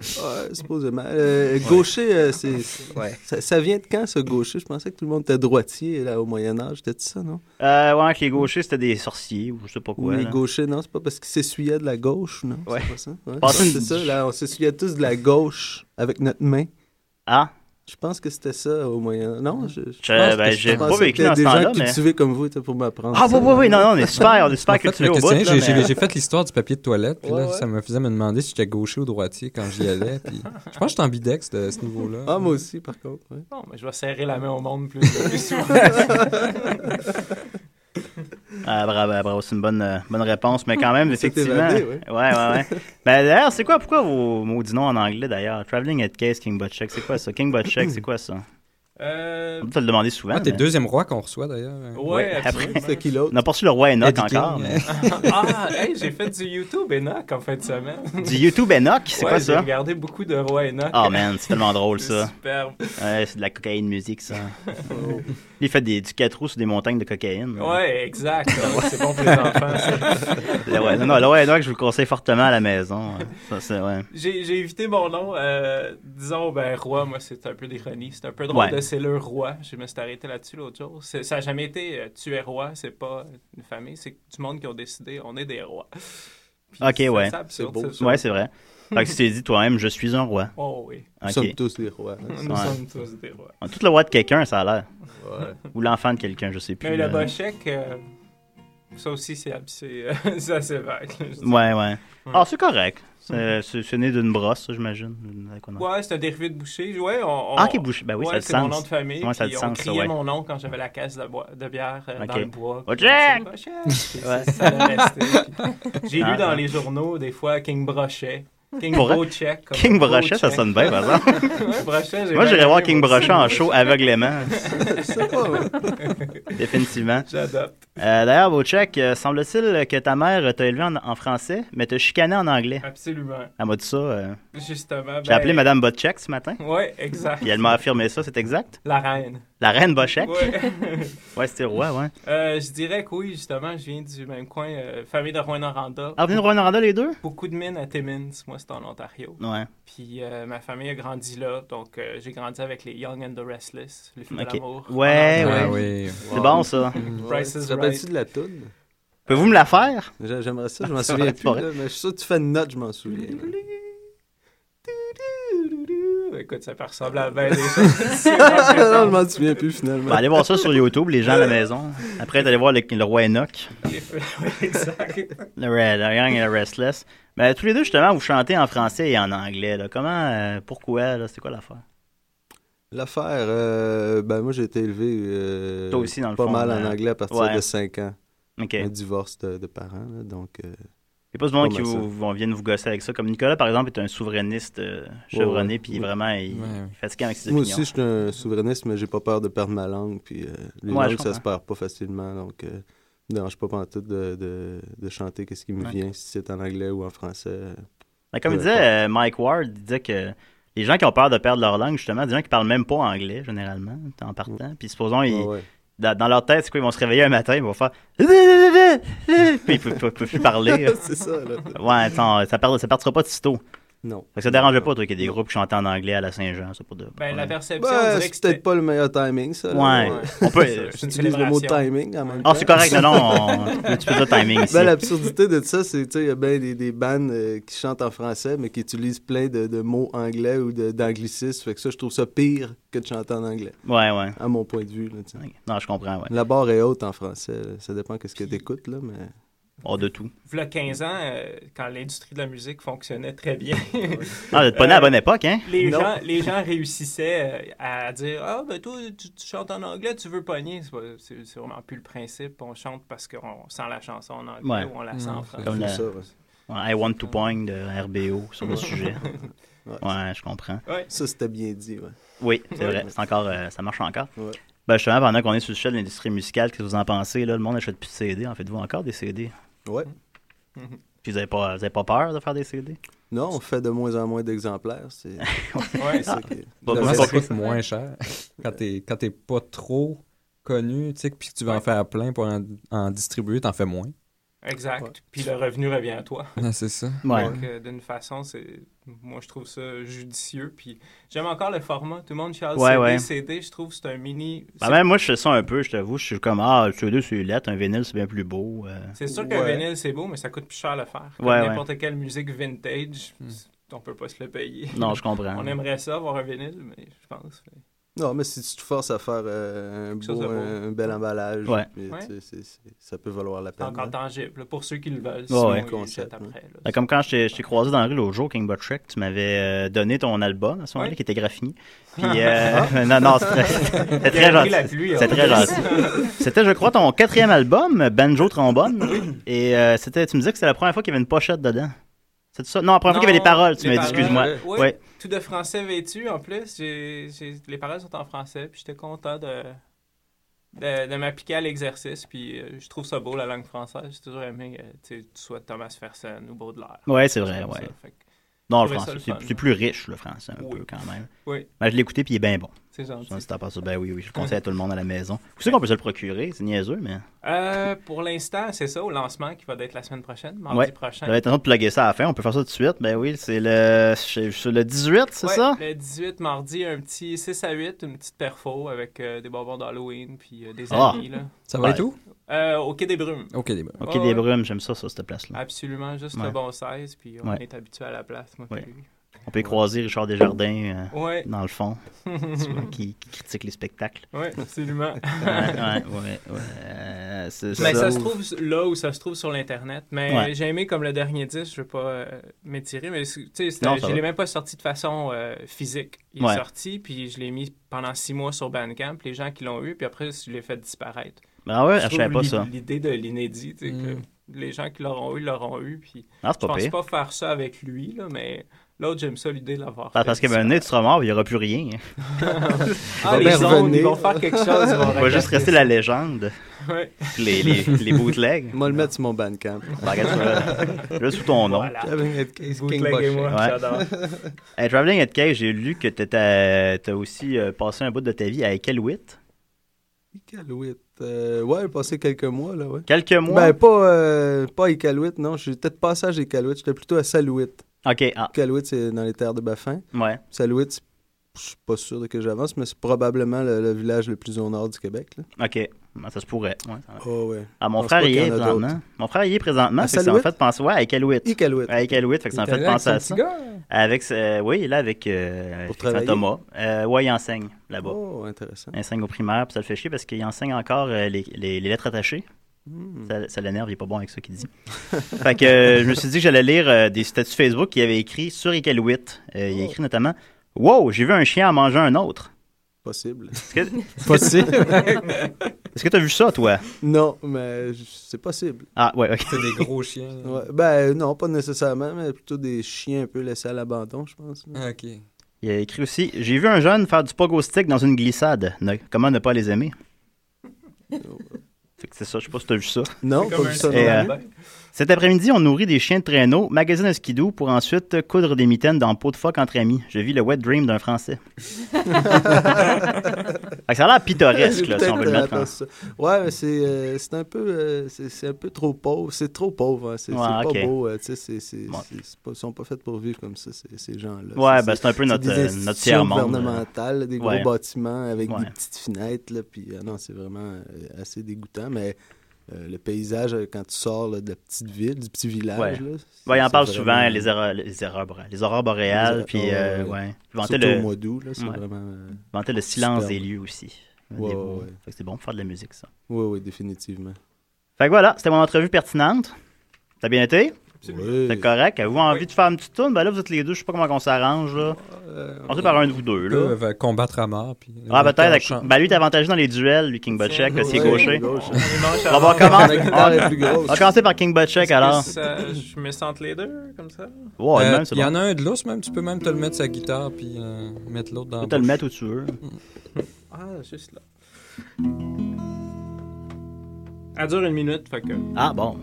Speaker 5: Ouais, supposément. Euh, Gaucher, euh, c'est, c'est- ça, ça vient de quand, ce gaucher? Je pensais que tout le monde était droitier là, au Moyen-Âge. T'as dit ça, non?
Speaker 3: Euh, ouais, que les gauchers, c'était des sorciers ou je sais pas
Speaker 5: Ou
Speaker 3: quoi.
Speaker 5: les
Speaker 3: là.
Speaker 5: gauchers, non? C'est pas parce qu'ils s'essuyaient de la gauche, non?
Speaker 3: Ouais.
Speaker 5: C'est pas ça? Ouais.
Speaker 3: Passez
Speaker 5: C'est
Speaker 3: une-
Speaker 5: ça, là, on s'essuyait tous de la gauche avec notre main.
Speaker 3: Ah,
Speaker 5: Je pense que c'était ça au moyen. Non, je. je
Speaker 3: Je-
Speaker 5: pense
Speaker 3: ben,
Speaker 5: que je
Speaker 3: j'ai
Speaker 5: pensais
Speaker 3: pas vécu
Speaker 5: qu'il y a
Speaker 3: dans ce
Speaker 5: des
Speaker 3: temps-là,
Speaker 5: gens qui
Speaker 3: mais-
Speaker 5: me suivaient comme vous étaient pour m'apprendre.
Speaker 3: Ah,
Speaker 5: ça.
Speaker 3: oui, oui, oui, non, non, on est super, on est super
Speaker 6: En fait, le
Speaker 3: culturés au bout.
Speaker 6: questionnaire,
Speaker 3: là,
Speaker 6: j'ai- j'ai
Speaker 3: mais-
Speaker 6: j'ai fait l'histoire du papier de toilette, puis là,
Speaker 5: Ouais, ouais.
Speaker 6: ça me faisait me demander si j'étais gaucher ou droitier quand j'y allais. puis je pense que j'étais ambidex de ce niveau-là.
Speaker 5: Ah, moi aussi, par contre. ouais.
Speaker 4: Bon, mais je vais serrer la main au monde plus, plus souvent.
Speaker 3: Ah, bravo, bravo, c'est une bonne, euh, bonne réponse, mais quand même,
Speaker 5: s'est
Speaker 3: effectivement.
Speaker 5: évadé,
Speaker 3: ouais,
Speaker 5: ouais.
Speaker 3: ouais, ouais. ben, d'ailleurs, c'est quoi, pourquoi vos mots du nom en anglais, d'ailleurs? Traveling at Case, King Butt Check, c'est quoi ça? King Butt Check, c'est quoi ça?
Speaker 4: Euh,
Speaker 3: On peut te le demander souvent.
Speaker 6: Ah, t'es
Speaker 3: mais-
Speaker 6: le deuxième roi qu'on reçoit d'ailleurs.
Speaker 4: ouais,
Speaker 3: ben, Ouais,
Speaker 4: absolument.
Speaker 5: C'était qui
Speaker 3: On
Speaker 5: l'autre
Speaker 3: n'a pas reçu le roi Enoch
Speaker 6: Eddie King,
Speaker 3: encore, mais-
Speaker 4: Ah, hey, j'ai fait du YouTube Enoch en fin de semaine.
Speaker 3: Du YouTube Enoch, c'est
Speaker 4: ouais,
Speaker 3: quoi
Speaker 4: J'ai
Speaker 3: ça?
Speaker 4: regardé beaucoup de Roi Enoch.
Speaker 3: Oh man, c'est tellement drôle
Speaker 4: C'est
Speaker 3: ça.
Speaker 4: Superbe.
Speaker 3: Ouais, c'est de la cocaïne musique ça. Il fait des, du 4 roues sur des montagnes de cocaïne.
Speaker 4: Ouais, exact. Donc, c'est bon pour les enfants. ça.
Speaker 3: Là, ouais, non, non, là, ouais, Enoch, je vous le conseille fortement à la maison. ouais. Ça, c'est, ouais.
Speaker 4: J'ai, j'ai évité mon nom. euh, disons, ben, Roi, moi, c'est un peu d'ironie. C'est un peu drôle
Speaker 3: Ouais.
Speaker 4: de c'est le Roi. Je me suis arrêté là-dessus l'autre jour. C'est- ça n'a jamais été euh, tu es roi, c'est pas une famille. C'est du monde qui ont décidé on est des rois. Puis
Speaker 3: Ok,
Speaker 4: c'est-
Speaker 3: ouais.
Speaker 4: C'est, absurde,
Speaker 5: C'est beau,
Speaker 4: ça.
Speaker 3: Ouais, c'est vrai. Fait que tu t'es dit toi-même, je suis un roi.
Speaker 4: Oh, oui.
Speaker 5: Nous
Speaker 3: Ok.
Speaker 5: sommes tous des rois. hein.
Speaker 4: Nous
Speaker 3: Ouais.
Speaker 4: sommes tous des rois.
Speaker 3: On a tout le roi de quelqu'un, ça a l'air.
Speaker 5: Ouais.
Speaker 3: Ou l'enfant de quelqu'un, je sais plus.
Speaker 4: Mais
Speaker 3: là.
Speaker 4: le bochec, euh, ça aussi, c'est, ab- c'est, euh, c'est assez vague. je dis.
Speaker 3: Ouais, ouais. Ah, c'est correct. C'est, c'est- c'est né d'une brosse, ça, j'imagine. Qu'on a-
Speaker 4: Ouais, c'est un dérivé de boucher. Ouais, on, on-
Speaker 3: Ah, ok, bouche. Ben oui,
Speaker 4: ouais,
Speaker 3: ça a du
Speaker 4: c'est mon nom
Speaker 3: sens.
Speaker 4: de famille.
Speaker 3: Ouais, ça a
Speaker 4: puis
Speaker 3: du
Speaker 4: on
Speaker 3: sens, ça,
Speaker 4: criait
Speaker 3: ouais.
Speaker 4: mon nom quand j'avais la caisse de, boi- de bière euh, dans
Speaker 3: Ok.
Speaker 4: le bois.
Speaker 3: Oh,
Speaker 4: Puis
Speaker 3: Jack!
Speaker 4: on disait, Brochet! Puis
Speaker 3: Ouais.
Speaker 4: c'est- ça allait rester. Puis J'ai
Speaker 3: Ah,
Speaker 4: lu dans
Speaker 3: ah.
Speaker 4: les journaux, des fois, King Brochet. King
Speaker 3: Pour vrai?
Speaker 4: Brochet. comme
Speaker 3: King Brochet, ça
Speaker 4: Brochet.
Speaker 3: sonne bien, par exemple.
Speaker 4: Ouais, Brochet, j'ai
Speaker 3: Moi,
Speaker 4: bien
Speaker 3: j'irais
Speaker 4: aimé,
Speaker 3: voir King
Speaker 4: moi aussi.
Speaker 3: Brochet en show aveuglément.
Speaker 5: C'est pas vrai.
Speaker 3: Définitivement.
Speaker 4: J'adopte.
Speaker 3: Euh, D'ailleurs, Bochek, euh, semble-t-il que ta mère t'a élevé en, en français, mais t'a chicané en anglais.
Speaker 4: Absolument.
Speaker 3: Elle m'a dit ça. euh,
Speaker 4: Justement. ben,
Speaker 3: J'ai appelé Madame Bochek ce matin,
Speaker 4: Ouais, exact.
Speaker 3: puis elle m'a affirmé ça, c'est exact.
Speaker 4: La reine.
Speaker 3: La reine Bochek. Ouais,
Speaker 4: Ouais.
Speaker 3: c'était roi, ouais.
Speaker 4: Euh, je dirais que oui, justement, je viens du même coin, euh, famille de Rouen-Noranda.
Speaker 3: Ah, venez de Rwanda, les deux?
Speaker 4: Beaucoup de mines à Timmins, moi c'est en Ontario.
Speaker 3: Ouais.
Speaker 4: Puis euh, ma famille a grandi là, donc euh, j'ai grandi avec les Young and the Restless, les films
Speaker 3: Ok.
Speaker 4: de l'amour.
Speaker 3: Ouais,
Speaker 4: En anglais.
Speaker 6: Ah
Speaker 3: ouais.
Speaker 6: oui.
Speaker 3: C'est bon, ça.
Speaker 4: Price is
Speaker 5: Rappelles-tu
Speaker 4: right.
Speaker 5: de la toune
Speaker 3: Pouvez-vous me la faire?
Speaker 5: J'a- J'aimerais ça, je m'en souviens plus.
Speaker 3: pas vrai.
Speaker 5: là, mais je suis sûr que tu fais une note, je m'en souviens.
Speaker 4: Écoute, ça peut ressembler à bien des choses.
Speaker 5: non, je m'en souviens plus finalement.
Speaker 3: Ben, allez voir ça sur YouTube, les gens à la maison. Après, allez voir le, le roi Enoch,
Speaker 4: Ouais, exact.
Speaker 3: le, Red- le Young et le Restless. Mais tous les deux, justement, vous chantez en français et en anglais. Là. Comment, euh, pourquoi, là, c'est quoi l'affaire?
Speaker 5: L'affaire, euh, ben moi j'ai été élevé euh,
Speaker 3: Toi aussi, dans le
Speaker 5: pas
Speaker 3: fond,
Speaker 5: mal
Speaker 3: ben,
Speaker 5: en anglais à partir
Speaker 3: ouais.
Speaker 5: de 5 ans.
Speaker 3: OK.
Speaker 5: Un divorce de, de parents, là, donc euh,
Speaker 3: Il n'y a pas du monde
Speaker 5: Pas
Speaker 3: qui
Speaker 5: mal
Speaker 3: vous, on vienne vous gosser avec ça. Comme Nicolas, par exemple, est un souverainiste euh, chevronné,
Speaker 5: ouais.
Speaker 3: puis vraiment, il,
Speaker 6: Ouais, ouais.
Speaker 3: il est fatigué avec ses
Speaker 5: moi
Speaker 3: opinions.
Speaker 5: aussi je suis un souverainiste, mais j'ai pas peur de perdre ma langue, puis euh, les
Speaker 3: Ouais, je
Speaker 5: langues ça se
Speaker 3: comprends.
Speaker 5: perd pas facilement, donc euh, me dérange pas pantoute de, de, de chanter qu'est-ce qui me
Speaker 3: Ouais.
Speaker 5: vient, si c'est en anglais ou en français.
Speaker 3: Mais comme
Speaker 5: Peu
Speaker 3: disait euh, Mike Ward, il disait que les gens qui ont peur de perdre leur langue, justement, des gens qui parlent même pas anglais, généralement, en partant. Puis supposons, ils-
Speaker 5: Ouais, ouais.
Speaker 3: dans, dans leur tête, c'est quoi, ils vont se réveiller un matin, ils vont faire... Puis ils ne peuvent, peuvent- peuvent plus parler. là.
Speaker 5: c'est ça, là.
Speaker 3: Ouais, attends, ça ne ça partira pas de sitôt.
Speaker 5: Non.
Speaker 3: Fait que ça ne dérangeait pas, toi, qu'il y ait des groupes qui chantaient en anglais à la Saint-Jean. ça, pas de-
Speaker 4: Ben, la
Speaker 3: ouais.
Speaker 4: perception, on
Speaker 5: Ben,
Speaker 4: dirait que
Speaker 5: c'est peut-être pas le meilleur timing, ça. là.
Speaker 3: Ouais. On peut...
Speaker 4: C'est une
Speaker 5: J'utilise le mot
Speaker 4: célébration.
Speaker 5: timing en même
Speaker 3: Ah,
Speaker 5: temps.
Speaker 3: c'est correct, non, non, on... tu fais ça timing ici.
Speaker 5: Ben, l'absurdité de ça, c'est qu'il y a bien des, des bands euh, qui chantent en français, mais qui utilisent plein de, de mots anglais ou de- d'anglicismes. Fait que ça, je trouve ça pire que de chanter en anglais,
Speaker 3: Ouais, ouais.
Speaker 5: à mon point de vue. là, tu sais.
Speaker 3: Non, je comprends, ouais.
Speaker 5: La barre est haute en français. là. Ça dépend qu'est-ce que t'écoutes, là, mais...
Speaker 3: Oh, de tout.
Speaker 4: V'là 15 ans, euh, quand l'industrie de la musique fonctionnait très bien,
Speaker 3: Ah, vous êtes pas né à la
Speaker 5: Euh,
Speaker 3: bonne époque, hein?
Speaker 4: les,
Speaker 5: Non.
Speaker 4: gens, les gens réussissaient euh, à dire Ah, ben toi, tu, tu chantes en anglais, tu veux pogner. C'est pas- C'est c'est vraiment plus le principe. On chante parce qu'on sent la chanson en anglais
Speaker 3: Ouais.
Speaker 4: ou on la sent en
Speaker 6: Non,
Speaker 4: français.
Speaker 3: Comme
Speaker 5: c'est
Speaker 3: la-
Speaker 5: ça, ouais.
Speaker 3: Ouais, I want to point de RBO sur le sujet. Ouais, je comprends.
Speaker 5: Ça, c'était bien dit, ouais.
Speaker 3: Oui, c'est vrai. C'est encore, euh, ça marche encore.
Speaker 5: Ouais.
Speaker 3: Ben justement, pendant qu'on est sur le sujet de l'industrie musicale, qu'est-ce que vous en pensez? Là, le monde achète plus de CD. En faites-vous encore des CD?
Speaker 5: Ouais.
Speaker 4: Mm.
Speaker 3: Puis vous avez pas, vous avez pas peur de faire des CD?
Speaker 5: Non, on fait de moins en moins d'exemplaires. C'est
Speaker 4: Ouais,
Speaker 5: c'est
Speaker 3: Ah.
Speaker 5: ça qui-
Speaker 3: Pas-
Speaker 5: La
Speaker 3: pas-
Speaker 6: Comment ça
Speaker 5: vraie-
Speaker 6: coûte moins cher quand t'es quand t'es pas trop connu, tu sais, puis que tu vas en faire plein pour en, en distribuer, t'en fais moins.
Speaker 4: Exact. Puis le revenu revient à toi.
Speaker 6: c'est ça.
Speaker 3: Ouais.
Speaker 4: Donc, euh, d'une façon, c'est moi, je trouve ça judicieux. Puis j'aime encore le format. Tout le monde chiale
Speaker 3: Ouais,
Speaker 4: CD,
Speaker 3: ouais.
Speaker 4: CD. Je trouve que c'est un mini.
Speaker 3: Ben
Speaker 4: c'est-
Speaker 3: même moi, je fais ça un peu, je t'avoue. Je suis comme, ah, le CD, c'est lettre. Un vinyle, c'est bien plus beau. euh.
Speaker 4: C'est sûr
Speaker 5: Ouais.
Speaker 4: qu'un vinyle, c'est beau, mais ça coûte plus cher à le faire. Comme
Speaker 3: Ouais, ouais.
Speaker 4: n'importe quelle musique vintage, on peut pas se le payer.
Speaker 3: Non, je comprends.
Speaker 4: On aimerait ça avoir un vinyle, mais je pense.
Speaker 5: Non, mais si tu te forces à faire euh, un,
Speaker 4: Quelque chose
Speaker 5: beau-
Speaker 4: de beau.
Speaker 5: un- un bel emballage,
Speaker 3: Ouais.
Speaker 5: puis,
Speaker 4: Ouais.
Speaker 5: tu sais, c'est- c'est- ça peut valoir la
Speaker 4: C'est
Speaker 5: peine.
Speaker 4: encore
Speaker 5: hein.
Speaker 4: tangible. là, pour ceux qui le veulent,
Speaker 3: ouais.
Speaker 4: sinon, ils le
Speaker 5: Concept,
Speaker 4: jettent après. là.
Speaker 3: Ben, comme quand je t'ai- je t'ai croisé dans la rue l'autre jour, King Butt Trick, tu m'avais euh, donné ton album à ce moment-là
Speaker 4: Ouais.
Speaker 3: qui était graffini. Puis, euh, non, non, c'était c'était très
Speaker 4: Il a pris la
Speaker 3: gentil.
Speaker 4: pluie,
Speaker 3: C'était
Speaker 4: hein.
Speaker 3: très gentil. C'était, je crois, ton quatrième album, Banjo Trombone. Et euh, c'était, tu me disais que c'était la première fois qu'il y avait une pochette dedans. C'est ça? Non, la première fois qu'il y avait des
Speaker 4: Non,
Speaker 3: paroles, tu
Speaker 4: les
Speaker 3: m'as dit, excuse-moi.
Speaker 4: paroles, oui.
Speaker 3: Ouais.
Speaker 4: Tout de français vêtu, en plus. J'ai- j'ai- les paroles sont en français, puis j'étais content de, de, de m'appliquer à l'exercice. Puis euh, je trouve ça beau, la langue française. J'ai toujours aimé, euh, tu sais, soit Thomas Fersen ou Baudelaire.
Speaker 3: Ouais, c'est vrai,
Speaker 4: Comme
Speaker 3: ouais.
Speaker 4: ça, fait que
Speaker 3: Non, le
Speaker 4: trouvais ça
Speaker 3: français,
Speaker 4: le
Speaker 3: c'est
Speaker 4: fun,
Speaker 3: c'est plus riche, le français, un
Speaker 4: Oui.
Speaker 3: peu, quand même.
Speaker 4: Oui.
Speaker 3: Ben, je l'ai écouté, puis il est bien bon.
Speaker 4: C'est gentil.
Speaker 3: Ça, c'est à part ça, ben oui, oui, je le conseille à tout le monde à la maison. Vous savez qu'on peut se le procurer, c'est niaiseux, mais...
Speaker 4: Euh, pour l'instant, c'est ça, au lancement qui va être la semaine prochaine, mardi
Speaker 3: Ouais.
Speaker 4: prochain.
Speaker 3: J'avais tenté de plugger ça à la fin, on peut faire ça tout de suite. Ben oui, c'est le, c'est c'est le 18, c'est
Speaker 4: Ouais,
Speaker 3: ça?
Speaker 4: Le 18 mardi, un petit 6 à 8, une petite perfo avec euh, des bonbons d'Halloween puis euh, des
Speaker 3: Ah.
Speaker 4: amis. Là.
Speaker 6: Ça va
Speaker 3: Ouais.
Speaker 6: et tout?
Speaker 4: Euh, au Quai des Brumes.
Speaker 6: Ok, des bonnes.
Speaker 3: Ok,
Speaker 4: Ouais,
Speaker 3: des
Speaker 4: ouais.
Speaker 3: brumes, j'aime ça, ça, cette place-là.
Speaker 4: Absolument, juste
Speaker 3: Ouais.
Speaker 4: le bon 16, puis on
Speaker 3: Ouais.
Speaker 4: est habitué à la place, moi.
Speaker 3: Ouais.
Speaker 4: puis lui.
Speaker 3: On peut y croiser Richard Desjardins euh,
Speaker 4: Ah. Ouais,
Speaker 3: dans le fond, tu vois, qui, qui critique les spectacles.
Speaker 4: ouais, absolument.
Speaker 3: Ouais, ouais, ouais. ouais, euh, c'est
Speaker 4: mais ça
Speaker 3: ça.
Speaker 4: se trouve là où ça se trouve sur l'Internet. Mais
Speaker 3: Ouais.
Speaker 4: j'ai aimé comme le dernier 10, je veux pas euh, m'étirer, mais c'est- tu sais,
Speaker 3: Non,
Speaker 4: c'était-
Speaker 3: ça
Speaker 4: je
Speaker 3: va.
Speaker 4: l'ai même pas sorti de façon euh, physique. Il
Speaker 3: Ouais.
Speaker 4: est sorti, puis je l'ai mis pendant six mois sur Bandcamp, les gens qui l'ont eu, puis après, je l'ai fait disparaître.
Speaker 3: Ah ouais, je
Speaker 4: trouve
Speaker 3: savais pas
Speaker 4: l'i-
Speaker 3: ça.
Speaker 4: L'idée de l'inédit, tu sais,
Speaker 6: Mm.
Speaker 4: que les gens qui l'auront eu, l'auront eu, puis
Speaker 3: Ah, c'est
Speaker 4: je
Speaker 3: pas
Speaker 4: pense
Speaker 3: pire.
Speaker 4: pas faire ça avec lui, là, mais l'autre, j'aime ça, l'idée de l'avoir
Speaker 3: Parce-
Speaker 4: fait
Speaker 3: Parce que ben, un nez, tu seras mort, il n'y aura plus rien.
Speaker 5: bien
Speaker 4: Ah, les ondes, ils
Speaker 5: revenir.
Speaker 4: vont faire quelque chose. Ils vont
Speaker 3: Il va juste rester la légende,
Speaker 4: Ouais.
Speaker 3: les, les, les bootlegs.
Speaker 5: Moi, le mettre sur mon bandcamp.
Speaker 4: Ah.
Speaker 3: Ben, regarde, tu vas- Là, sous ton nom.
Speaker 4: Voilà.
Speaker 5: Kevin Atkins, King
Speaker 4: Bootleg et
Speaker 5: Bush.
Speaker 4: moi,
Speaker 3: Ouais.
Speaker 4: j'adore.
Speaker 3: Hey, Traveling at Cave, j'ai lu que t'étais- t'as aussi euh, passé un bout de ta vie à Iqaluit.
Speaker 5: Iqaluit. Euh, ouais, il a passé quelques mois, là, ouais.
Speaker 3: Quelques mois.
Speaker 5: Ben, pas, euh, pas Iqaluit, non. J'étais de passage à Iqaluit. J'étais plutôt à Salouit.
Speaker 3: Ok, ah,
Speaker 5: Iqaluit, c'est dans les terres de Baffin.
Speaker 3: ouais.
Speaker 5: Salouit, c'est- je suis pas sûr de que j'avance, mais c'est probablement le, le village le plus au nord du Québec. Là.
Speaker 3: OK. Ben, Ça se pourrait. Ouais, ça va.
Speaker 5: Oh, ouais.
Speaker 3: Ah, mon
Speaker 5: pense
Speaker 3: frère
Speaker 5: pas
Speaker 3: y
Speaker 5: qu'il y
Speaker 3: est
Speaker 5: en a
Speaker 3: présentement. Mon frère y est présentement.
Speaker 5: À
Speaker 3: Fait que ça en
Speaker 5: Salouette?
Speaker 3: fait penser ouais, à Iqaluit.
Speaker 5: Iqaluit.
Speaker 3: À Iqaluit, fait que ça en fait
Speaker 6: Avec
Speaker 3: penser
Speaker 6: son
Speaker 3: à
Speaker 6: petit
Speaker 3: ça.
Speaker 6: gars.
Speaker 3: Avec, ce- oui, il est là avec euh,
Speaker 5: Pour
Speaker 3: effectivement,
Speaker 5: travailler.
Speaker 3: Thomas. Euh, ouais, il enseigne là-bas.
Speaker 5: Oh, intéressant.
Speaker 3: Il enseigne au primaire, puis ça le fait chier parce qu'il enseigne encore euh, les, les- les lettres attachées.
Speaker 5: Hmm.
Speaker 3: Ça, ça l'énerve, il est pas bon avec ça qu'il dit. fait que euh, je me suis dit que j'allais lire euh, des statuts Facebook qu'il avait écrit sur Iqaluit. Euh,
Speaker 5: Oh.
Speaker 3: Il a écrit notamment Wow, j'ai vu un chien en manger un autre.
Speaker 5: Possible.
Speaker 6: Possible.
Speaker 3: Est-ce que t'as vu ça, toi?
Speaker 5: Non, mais j- c'est possible.
Speaker 3: Ah, ouais, ok.
Speaker 6: C'est des gros chiens.
Speaker 5: Ouais. Ben, non, pas nécessairement, mais plutôt des chiens un peu laissés à l'abandon, je pense.
Speaker 6: Ah, Ok.
Speaker 3: Il a écrit aussi J'ai vu un jeune faire du pogo stick dans une glissade. Ne- comment ne pas les aimer Fait que c'est ça, je sais pas si t'as vu ça.
Speaker 5: Non,
Speaker 4: C'est
Speaker 5: pas
Speaker 4: comme
Speaker 5: vu
Speaker 4: un
Speaker 5: ça. non.
Speaker 3: Et, euh,
Speaker 4: Robin.
Speaker 3: Cet après-midi, on nourrit des chiens de traîneau, magasine un skidoo pour ensuite coudre des mitaines dans peau de phoque entre amis. Je vis le wet dream d'un Français. Fait que ça a l'air pittoresque, là, si on veut le
Speaker 5: Peut-être,
Speaker 3: mettre en.
Speaker 5: attends, ça. Ouais, mais c'est euh, c'est un peu euh, c'est c'est un peu trop pauvre, c'est trop pauvre, hein. c'est
Speaker 3: Ouais,
Speaker 5: c'est
Speaker 3: ok.
Speaker 5: pas beau, euh, tu sais, c'est c'est
Speaker 3: Ouais.
Speaker 5: c'est- c'est pas- ils sont pas faits pour vivre comme ça ces, ces gens-là.
Speaker 3: Ouais,
Speaker 5: C'est-
Speaker 3: ben c'est un peu
Speaker 5: c'est
Speaker 3: notre,
Speaker 5: des
Speaker 3: euh,
Speaker 5: institutions
Speaker 3: notre tiers-monde. là.
Speaker 5: gouvernementales, là, des gros
Speaker 3: Ouais.
Speaker 5: bâtiments avec
Speaker 3: Ouais.
Speaker 5: des petites fenêtres là, puis euh, non, c'est vraiment euh, assez dégoûtant mais euh, le paysage, euh, quand tu sors là, de la petite ville, du petit village. là, c'est-
Speaker 3: Ouais, il en
Speaker 5: c'est
Speaker 3: parle
Speaker 5: vraiment-
Speaker 3: souvent, les erreurs, les erreurs, bora- les aurores boréales,
Speaker 5: Les-
Speaker 3: puis,
Speaker 5: oh,
Speaker 3: euh,
Speaker 5: ouais.
Speaker 3: ouais. Il vantait
Speaker 5: Surtout au
Speaker 3: le,
Speaker 5: mois d'août, là, c'est
Speaker 3: Ouais.
Speaker 5: vraiment... euh,
Speaker 3: vantait le silence
Speaker 5: Superbe.
Speaker 3: des lieux aussi. Des
Speaker 5: Ouais,
Speaker 3: beaux-
Speaker 5: ouais.
Speaker 3: Fait que c'est bon pour faire de la musique, ça.
Speaker 5: Oui, oui, définitivement.
Speaker 3: Fait que voilà, c'était mon entrevue pertinente. T'as bien été?
Speaker 5: Oui.
Speaker 3: C'est correct. Avez-vous envie de faire une petite tourne? Ben là, vous êtes les deux, je sais pas comment on s'arrange. là.
Speaker 5: Euh,
Speaker 3: On sait par un de vous deux,
Speaker 6: Ils
Speaker 3: là.
Speaker 6: peuvent euh, combattre à mort. Puis
Speaker 3: Ah, peut-être. avec-
Speaker 6: Chant.
Speaker 3: Ben lui, t'es avantagé dans les duels, lui, King Butchek, le pied
Speaker 5: ouais,
Speaker 3: gaucher.
Speaker 5: gauche.
Speaker 4: On est manche
Speaker 3: On
Speaker 4: à
Speaker 3: va voir
Speaker 4: manche.
Speaker 5: La
Speaker 3: comment. On
Speaker 5: guitare est plus grosse.
Speaker 3: on va commencer par King Butchek,
Speaker 4: Est-ce que
Speaker 3: alors.
Speaker 4: ça- je me sens entre les deux, comme ça.
Speaker 3: Wow,
Speaker 6: Euh,
Speaker 3: même, c'est
Speaker 6: il y
Speaker 3: bon.
Speaker 6: en a un de l'os, même. Tu peux même te le mettre sa guitare puis euh, mettre l'autre dans
Speaker 3: Tu
Speaker 6: la
Speaker 3: peux te le
Speaker 6: bouche.
Speaker 3: mettre où tu veux.
Speaker 5: Mm.
Speaker 4: Ah, juste là. Elle dure une minute, fait que.
Speaker 3: Ah, bon.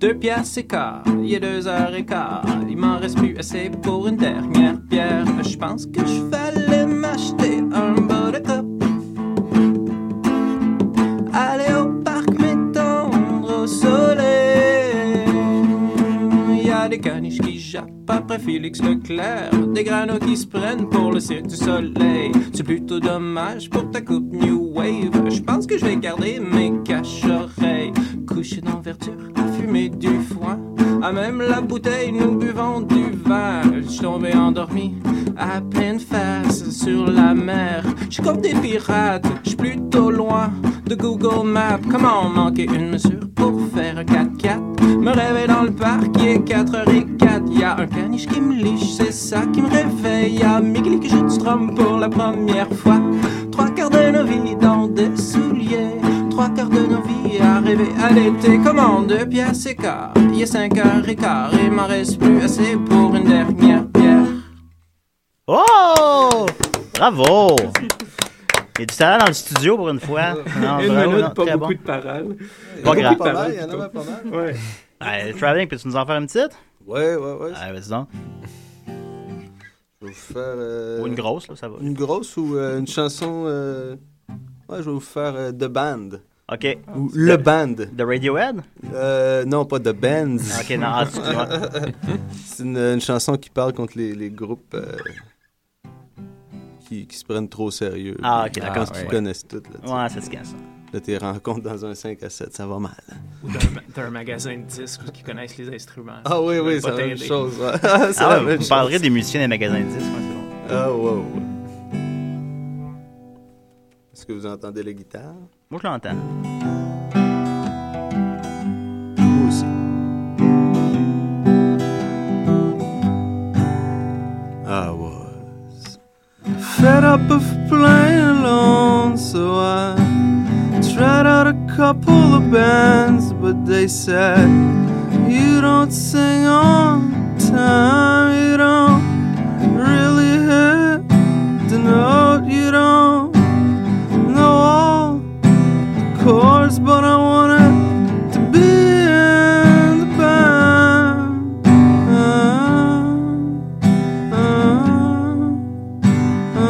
Speaker 4: Deux pièces et quart, il est deux heures et quart. Il m'en reste plus assez pour une dernière bière. Je pense que je fallais m'acheter un bas de coupe. Aller au parc, m'étendre au soleil. Il y a des caniches qui jappent après Félix Leclerc. Des granos qui se prennent pour le cirque du soleil. C'est plutôt dommage pour ta coupe New Wave.
Speaker 8: wave. Je pense que je vais garder mes cache-oreilles. Couché dans verdure, à fumer du foin. À même la bouteille, nous buvons du vin. Je suis tombé endormi, à pleine face sur la mer. Je suis comme des pirates, je suis plutôt loin de Google Maps. Comment manquer une mesure pour faire un 4x4? Me réveille dans le parc, il est 4h04. Il y a un caniche qui me liche, c'est ça qui me réveille. Il y a Miguel qui joue du strum pour la première fois. Trois quarts de nos vies dans des souliers. Trois quarts de nos vies à rêver à l'été. Comment deux pièces et quart? Il est 5 h et quart. Il m'en reste plus assez pour une dernière pierre.
Speaker 3: Oh! Bravo! Il y a du talent dans le studio pour une fois. Non, bravo, non, très bon.
Speaker 8: de paroles.
Speaker 3: Pas grave.
Speaker 9: Pas mal, il y en avait pas mal.
Speaker 8: Ouais.
Speaker 3: Hey, Ah, Traveling, peux-tu nous en faire une petite?
Speaker 9: Ouais, ouais, ouais.
Speaker 3: Ah, vas-y donc.
Speaker 9: Je vais vous faire. euh,
Speaker 3: Ou une grosse, là, ça va.
Speaker 9: Une grosse ou euh, une chanson. euh, Ouais, je vais vous faire euh, The Band.
Speaker 3: OK.
Speaker 9: Ou Le Band.
Speaker 3: The Radiohead?
Speaker 9: Euh, non, pas The Bands.
Speaker 3: OK, non, ah, excuse-moi.
Speaker 9: C'est une, une chanson qui parle contre les, les groupes euh, qui, qui se prennent trop au sérieux.
Speaker 3: Ah, ok,
Speaker 9: Puis,
Speaker 3: d'accord,
Speaker 9: Je pense qu'ils
Speaker 3: ouais.
Speaker 9: connaissent tout. Là, tu sais.
Speaker 3: Ouais, c'est ce qu'il y a, ça.
Speaker 9: Là, tes rencontres dans un 5 à 7, ça va mal.
Speaker 8: Ou d'un ma- d'un magasin de disques où ils connaissent les instruments.
Speaker 9: Ah oui, oui,
Speaker 8: Pas
Speaker 9: c'est la même
Speaker 8: t'aider.
Speaker 9: chose. ouais. c'est
Speaker 3: Ah
Speaker 9: la
Speaker 3: ouais,
Speaker 9: même
Speaker 3: vous
Speaker 9: chose.
Speaker 3: parlerez des musiciens des magasins de disques, ouais, c'est bon.
Speaker 9: Ah, ouais, ouais. Est-ce que vous entendez la guitare?
Speaker 3: Moi, je l'entends.
Speaker 9: Moi aussi. I was fed up of playing alone, so I tried out a couple of bands, but they said, You don't sing on time, you don't really hit the note, you don't know all the chords, but I wanna to be in the band. Ah, ah, ah, ah, ah,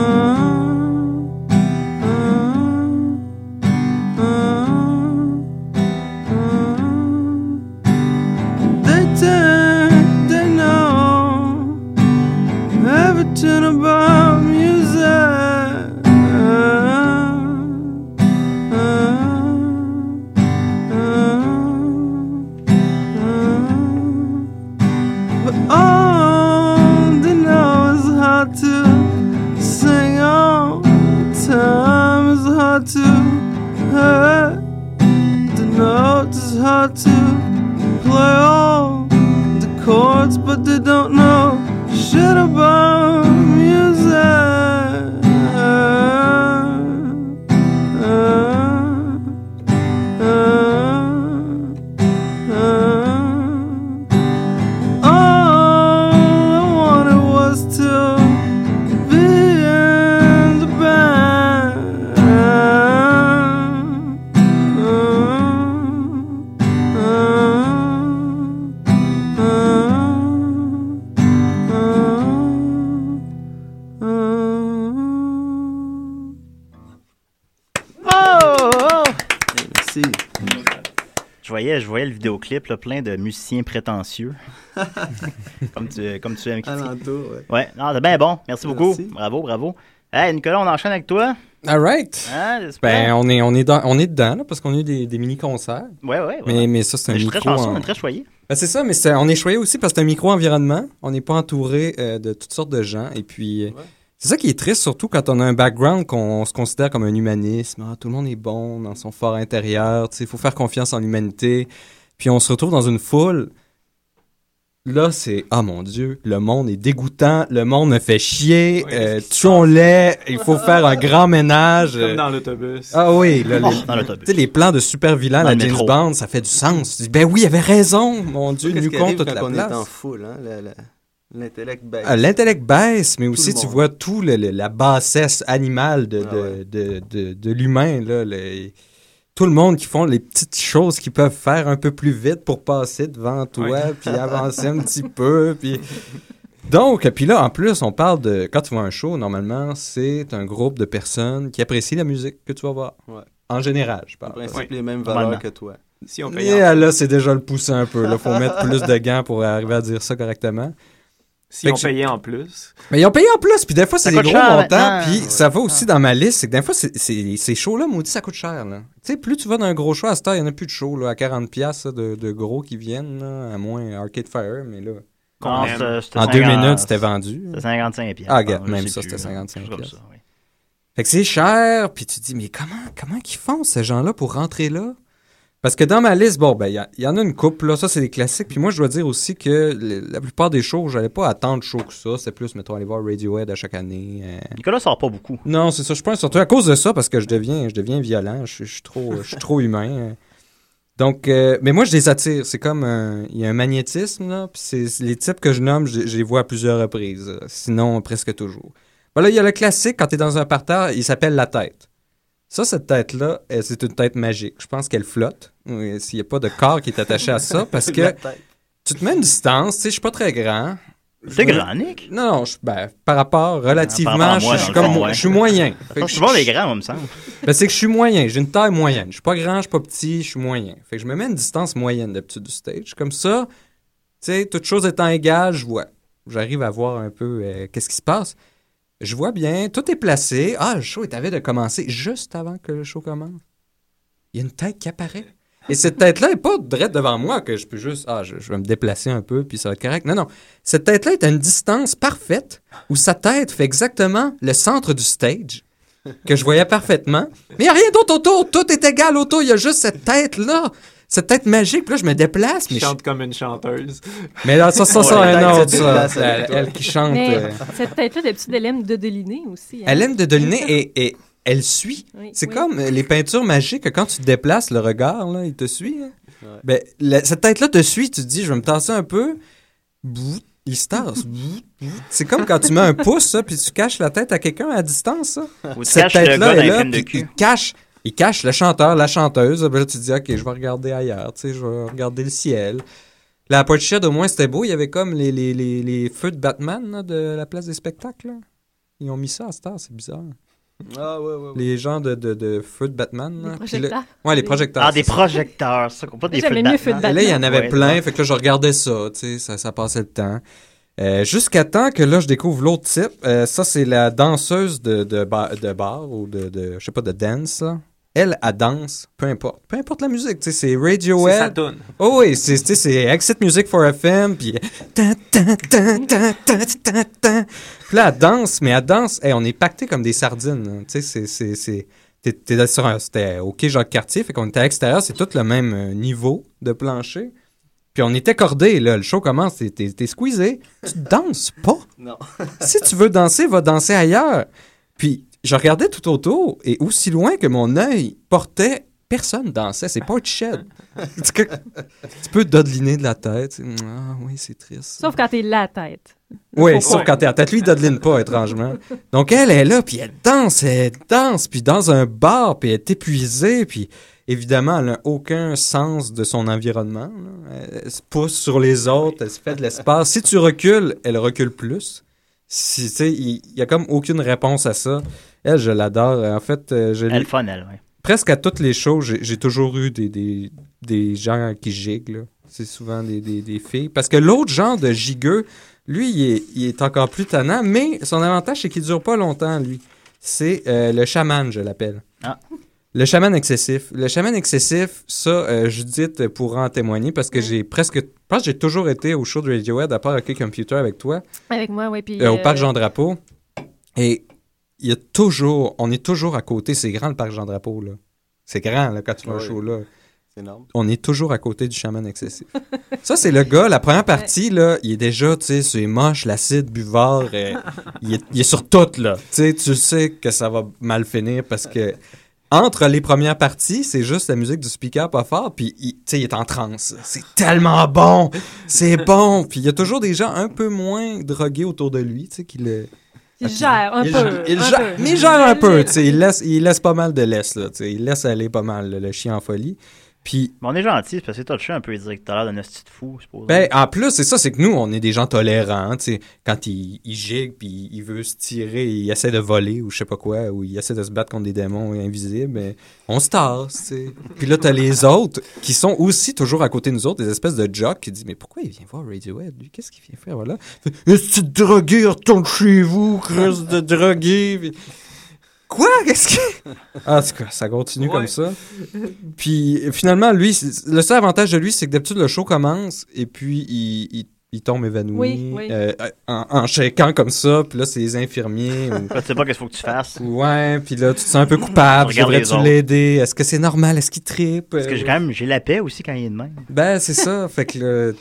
Speaker 9: ah. They think they know everything about music. Ah, ah. But all they know is how to sing all time is hard to hurt the notes is hard to play all the chords but they don't know shit about music all I wanted was to be in the band.
Speaker 3: Oh! oh!
Speaker 9: Merci.
Speaker 3: Je voyais, je voyais le vidéoclip, là, plein de musiciens prétentieux. comme, tu, comme tu aimes critiquer.
Speaker 9: l'entour, ouais.
Speaker 3: Ouais, non, c'est bien bon. Merci beaucoup.
Speaker 9: Merci.
Speaker 3: Bravo, bravo. Hey, Nicolas, on enchaîne avec toi.
Speaker 6: All right.
Speaker 3: Hein,
Speaker 6: Ben,
Speaker 3: j'espère.
Speaker 6: on est, on est, dans- on est dedans, là, parce qu'on a eu des, des mini-concerts.
Speaker 3: Ouais, ouais, ouais.
Speaker 6: Mais, mais ça, c'est un
Speaker 3: je suis
Speaker 6: micro.
Speaker 3: très chanson,
Speaker 6: en-
Speaker 3: très choyé.
Speaker 6: Ben, c'est ça, mais c'est- on est choyé aussi parce que c'est un micro-environnement. On n'est pas entouré euh, de toutes sortes de gens. Et puis, euh, c'est ça qui est triste, surtout quand on a un background qu'on se considère comme un humanisme. Ah, tout le monde est bon dans son fort intérieur. Il faut faire confiance en l'humanité. Puis, on se retrouve dans une foule. Là, c'est Ah mon Dieu, le monde est dégoûtant, le monde me fait chier,
Speaker 8: Ouais,
Speaker 6: euh,
Speaker 8: qu'est-ce qui se
Speaker 6: tuons-les, il faut faire un grand ménage.
Speaker 8: Comme
Speaker 6: euh.
Speaker 8: dans l'autobus.
Speaker 6: Ah oui, là,
Speaker 3: Oh,
Speaker 6: les-
Speaker 3: dans
Speaker 6: tu
Speaker 3: l'autobus.
Speaker 6: sais, les plans de super vilain
Speaker 3: Dans
Speaker 6: à
Speaker 3: le
Speaker 6: James
Speaker 3: métro.
Speaker 6: Bond, ça fait du sens. Tu dis, ben oui, il avait raison. Mon Dieu,
Speaker 9: Qu'est-ce
Speaker 6: nous
Speaker 9: qui arrive
Speaker 6: compte toute
Speaker 9: quand
Speaker 6: la
Speaker 9: on est en
Speaker 6: place.
Speaker 9: foule, hein? la- la- L'intellect baisse.
Speaker 6: Ah, L'intellect baisse, mais aussi
Speaker 9: le
Speaker 6: tu
Speaker 9: monde.
Speaker 6: vois tout le- le- la bassesse animale de, de,
Speaker 9: Ah ouais.
Speaker 6: de, de- de l'humain. là, le- Tout le monde qui font les petites choses qu'ils peuvent faire un peu plus vite pour passer devant toi,
Speaker 8: Ouais.
Speaker 6: puis avancer un petit peu. Puis... Donc, puis là, en plus, on parle de... Quand tu vois un show, normalement, c'est un groupe de personnes qui apprécient la musique que tu vas voir.
Speaker 9: Ouais.
Speaker 6: En général, je parle.
Speaker 9: En principe,
Speaker 8: Oui.
Speaker 9: les mêmes
Speaker 3: Normalement.
Speaker 9: valeurs que toi.
Speaker 8: Si on
Speaker 6: Mais
Speaker 8: payait.
Speaker 6: là, c'est déjà le poussin un peu. Là, faut mettre plus de gants pour arriver à dire ça correctement. Fait
Speaker 9: S'ils ont
Speaker 6: que j'ai-
Speaker 9: payé en plus.
Speaker 6: Mais ils ont payé en plus, puis des fois,
Speaker 3: Ça
Speaker 6: c'est des
Speaker 3: coûte
Speaker 6: gros
Speaker 3: cher,
Speaker 6: montants,
Speaker 3: maintenant.
Speaker 6: puis ça va aussi dans ma liste, c'est que des fois, c'est- c'est- ces shows-là, maudit, ça coûte cher, là. Tu sais, plus tu vas dans un gros show, à ce temps, il n'y en a plus de shows, là, à 40 piastres, là, de, de gros qui viennent, là, à moins Arcade Fire, mais là...
Speaker 9: qu'on
Speaker 3: Non,
Speaker 9: aime.
Speaker 3: c'était- c'était
Speaker 6: En deux
Speaker 3: 50
Speaker 6: minutes, c'était vendu.
Speaker 3: C'était 55 piastres.
Speaker 6: Ah, gars,
Speaker 3: je
Speaker 6: même
Speaker 3: sais
Speaker 6: ça,
Speaker 3: plus,
Speaker 6: c'était
Speaker 3: là,
Speaker 6: 55
Speaker 3: quelque chose comme
Speaker 6: piastres.
Speaker 3: ça, oui.
Speaker 6: Fait que c'est cher, puis tu te dis, mais comment, comment qu'ils font, ces gens-là, pour rentrer là? Parce que dans ma liste, bon, ben, il y a- il y, en a une couple, là, ça, c'est des classiques. Puis moi, je dois dire aussi que le- la plupart des shows, j'allais pas attendre show que ça. C'est plus, mettons, aller voir Radiohead à chaque année. euh.
Speaker 3: Nicolas sort pas beaucoup.
Speaker 6: Non, c'est ça, je pense, surtout à cause de ça, parce que je deviens, je deviens violent, je, suis- je suis trop, je suis trop humain. euh. Donc, euh, mais moi, je les attire. C'est comme, un- il y a un magnétisme, là, puis c'est c'est les types que je nomme, je, je les vois à plusieurs reprises, euh, sinon presque toujours. Voilà, il y a le classique, quand tu es dans un parterre, il s'appelle la tête. Ça, cette tête-là, euh, c'est une tête magique. Je pense qu'elle flotte, euh, s'il n'y a pas de corps qui est attaché à ça, parce que tu te mets une distance, tu sais, je suis pas très grand.
Speaker 3: T'es
Speaker 6: Je me-
Speaker 3: grand, Nick.
Speaker 6: Non, non, je- ben, par rapport, relativement,
Speaker 3: Par rapport à
Speaker 6: je-
Speaker 3: moi,
Speaker 6: je, suis
Speaker 3: dans le
Speaker 6: comme,
Speaker 3: fond, ouais.
Speaker 6: je suis moyen. Fait que je-
Speaker 3: Souvent, les grands, on me semble.
Speaker 6: ben, c'est que je suis moyen, j'ai une taille moyenne. Je suis pas grand, je suis pas petit, je suis moyen. Fait que je me mets une distance moyenne d'habitude du stage. Comme ça, tu sais, toutes choses étant égales, je vois. J'arrive à voir un peu euh, qu'est-ce qui se passe. Je vois bien, tout est placé. Ah, le show est à veille de commencer, juste avant que le show commence. Il y a une tête qui apparaît. Et cette tête-là est pas direct devant moi que je peux juste, ah, je, je vais me déplacer un peu, puis ça va être correct. Non, non. Cette tête-là est à une distance parfaite où sa tête fait exactement le centre du stage que je voyais parfaitement. Mais il n'y a rien d'autre autour. Tout est égal autour. Il y a juste cette tête-là. Cette tête magique. Puis là, je me déplace.
Speaker 9: Je
Speaker 6: Mais, je-
Speaker 9: chante comme une chanteuse.
Speaker 6: mais là, ça, ça, ça,
Speaker 9: Ouais, la
Speaker 6: un
Speaker 9: tête se
Speaker 6: autre. ça.
Speaker 9: déplace
Speaker 6: Elle,
Speaker 9: avec toi.
Speaker 6: elle qui chante.
Speaker 7: Mais
Speaker 6: euh,
Speaker 7: cette tête-là, d'habitude, elle aime de deliner aussi. hein.
Speaker 6: Elle aime de deviner et, et elle suit.
Speaker 7: Oui,
Speaker 6: C'est
Speaker 7: oui.
Speaker 6: comme euh, les peintures magiques, que quand tu te déplaces, le regard, là, il te suit. hein. Ben, la- cette tête-là te suit, tu te dis, je vais me tasser un peu. Bouh, il se tasse. Bouh, bouh. C'est comme quand tu mets un pouce, ça, puis tu caches la tête à quelqu'un à distance. ça.
Speaker 3: Ou tu
Speaker 6: Cette
Speaker 3: caches le gars
Speaker 6: tête-là
Speaker 3: dans
Speaker 6: est
Speaker 3: les
Speaker 6: là,
Speaker 3: films de
Speaker 6: puis
Speaker 3: cul.
Speaker 6: il cache, il cache le chanteur, la chanteuse. Ben là, tu te dis, OK, je vais regarder ailleurs, tu sais, je vais regarder le ciel. La Pochette, au moins, c'était beau. Il y avait comme les, les, les, les feux de Batman là, de la place des spectacles. là. Ils ont mis ça à Star, c'est bizarre.
Speaker 5: Ah, ouais, ouais. ouais.
Speaker 6: Les gens de, de, de feux de Batman. là.
Speaker 7: Des
Speaker 6: Puis le-
Speaker 7: projecteurs.
Speaker 6: Ouais, les projecteurs.
Speaker 3: Ah,
Speaker 6: c'est
Speaker 3: des
Speaker 6: ça.
Speaker 3: projecteurs, ça, pas des
Speaker 7: J'aimais
Speaker 3: feux de
Speaker 7: mieux
Speaker 3: Batman.
Speaker 7: feux de
Speaker 6: Et Ah, là, il y en
Speaker 7: Batman.
Speaker 6: avait
Speaker 3: Ouais,
Speaker 6: plein,
Speaker 3: non.
Speaker 6: fait que là, je regardais ça, tu sais, ça, ça passait le temps. Euh, Jusqu'à temps que là, je découvre l'autre type. Euh, ça, c'est la danseuse de, de, ba- de bar ou de, de, je sais pas, de dance. là. Elle, elle danse, peu importe. Peu importe la musique, tu sais, c'est
Speaker 4: C'est sa
Speaker 6: Radiohead.
Speaker 4: toune.
Speaker 6: Oh oui, c'est tu sais, c'est Exit Music for FM, puis... Tan, tan, tan, tan, tan, tan, tan. Puis là, elle danse, mais elle danse... Hey, on est pacté comme des sardines. hein. Tu sais, c'est- c'est... c'est- t'es- t'es sur un- C'était au quai Jacques-Cartier, fait qu'on était à l'extérieur, c'est tout le même euh, niveau de plancher. Puis on était cordé, là. Le show commence, t'es- t'es t'es squeezé. Tu danses pas.
Speaker 5: Non.
Speaker 6: si tu veux danser, va danser ailleurs. Puis je regardais tout autour, et aussi loin que mon œil portait, personne dansait. C'est pas shed. tu que- tu peux dodeliner de la tête. c'est, Ah oui, c'est triste.
Speaker 7: Sauf quand t'es la tête.
Speaker 6: Oui,
Speaker 7: Faut
Speaker 6: sauf
Speaker 7: pas.
Speaker 6: quand t'es à tête. Lui, il dodeline pas, étrangement. Donc, elle est là, puis elle danse, elle danse, puis dans un bar, puis elle est épuisée, puis évidemment, elle n'a aucun sens de son environnement. là. Elle, elle se pousse sur les autres, elle se fait de l'espace. Si tu recules, elle recule plus. Si, tu sais, il il y, a comme aucune réponse à ça. Elle, je l'adore. En fait, euh, je
Speaker 3: Elle est
Speaker 6: l'ai
Speaker 3: le fun, elle, ouais.
Speaker 6: presque à toutes les shows, j'ai j'ai toujours eu des, des, des gens qui giguent. là. C'est souvent des, des, des filles. Parce que l'autre genre de gigueux, lui, il est, il est encore plus tannant, mais son avantage, c'est qu'il dure pas longtemps, lui. C'est euh, le chaman, je l'appelle.
Speaker 3: Ah.
Speaker 6: Le chaman excessif. Le chaman excessif, ça, euh, Judith pourra en témoigner parce que j'ai presque. Je pense que j'ai toujours été au show de Radiohead, à part OK Computer avec toi.
Speaker 7: Avec moi, oui. Puis.
Speaker 6: Euh, au
Speaker 7: euh,
Speaker 6: parc Jean Drapeau. Et il y a toujours, on est toujours à côté. C'est grand le parc Jean Drapeau là. C'est grand là quand tu vas au
Speaker 5: Oui.
Speaker 6: show là.
Speaker 5: C'est énorme.
Speaker 6: On est toujours à côté du chaman excessif. Ça c'est le gars. La première partie là, il est déjà, tu sais, c'est moche, l'acide, buvard. euh, il, est, il est sur tout là. Tu sais, tu sais que ça va mal finir parce que entre les premières parties, c'est juste la musique du speaker pas fort, puis il, tu sais, il est en transe. C'est tellement bon, c'est bon. Puis il y a toujours des gens un peu moins drogués autour de lui, tu sais, qui le
Speaker 7: Il gère un
Speaker 6: il
Speaker 7: peu.
Speaker 6: gère- il
Speaker 7: un
Speaker 6: gère-
Speaker 7: peu.
Speaker 6: mais il gère un peu, tu sais, il laisse, il laisse pas mal de laisse, là, tu sais, il laisse aller pas mal le, le chien en folie. Puis,
Speaker 3: Mais on est gentil, c'est parce que toi, le chien, un peu, il dirait que t'as l'air d'un hostie de fou, je suppose.
Speaker 6: ben, en plus, c'est ça, c'est que nous, on est des gens tolérants. tu sais. Quand il, il gigue, puis il veut se tirer, il essaie de voler ou je sais pas quoi, ou il essaie de se battre contre des démons invisibles, mais on se tasse. tu sais. puis là, t'as les autres qui sont aussi toujours à côté de nous autres, des espèces de jocks qui disent Mais pourquoi il vient voir Radiohead lui Qu'est-ce qu'il vient faire voilà? Est-ce que tu drogué Retourne chez vous, Chris de drogué. Puis- Quoi? Qu'est-ce que. Ah, en tout cas, ça continue
Speaker 4: Ouais.
Speaker 6: comme ça. Puis finalement, lui, c'est- le seul avantage de lui, c'est que d'habitude, le show commence et puis il, il, il tombe évanoui
Speaker 7: Oui, oui.
Speaker 6: euh, en, en shaking comme ça. Puis là, c'est les infirmiers. ou-
Speaker 3: Là, tu sais pas qu'est-ce qu'il faut que tu
Speaker 6: Euh,
Speaker 3: fasses.
Speaker 6: Ouais, puis là, tu te sens un peu coupable.
Speaker 3: Regarde les
Speaker 6: Devrais-tu
Speaker 3: autres.
Speaker 6: l'aider? Est-ce que c'est normal? Est-ce qu'il tripe?
Speaker 3: Parce que j'ai quand même, j'ai la paix aussi quand il est de même.
Speaker 6: Ben, c'est ça. Fait que là,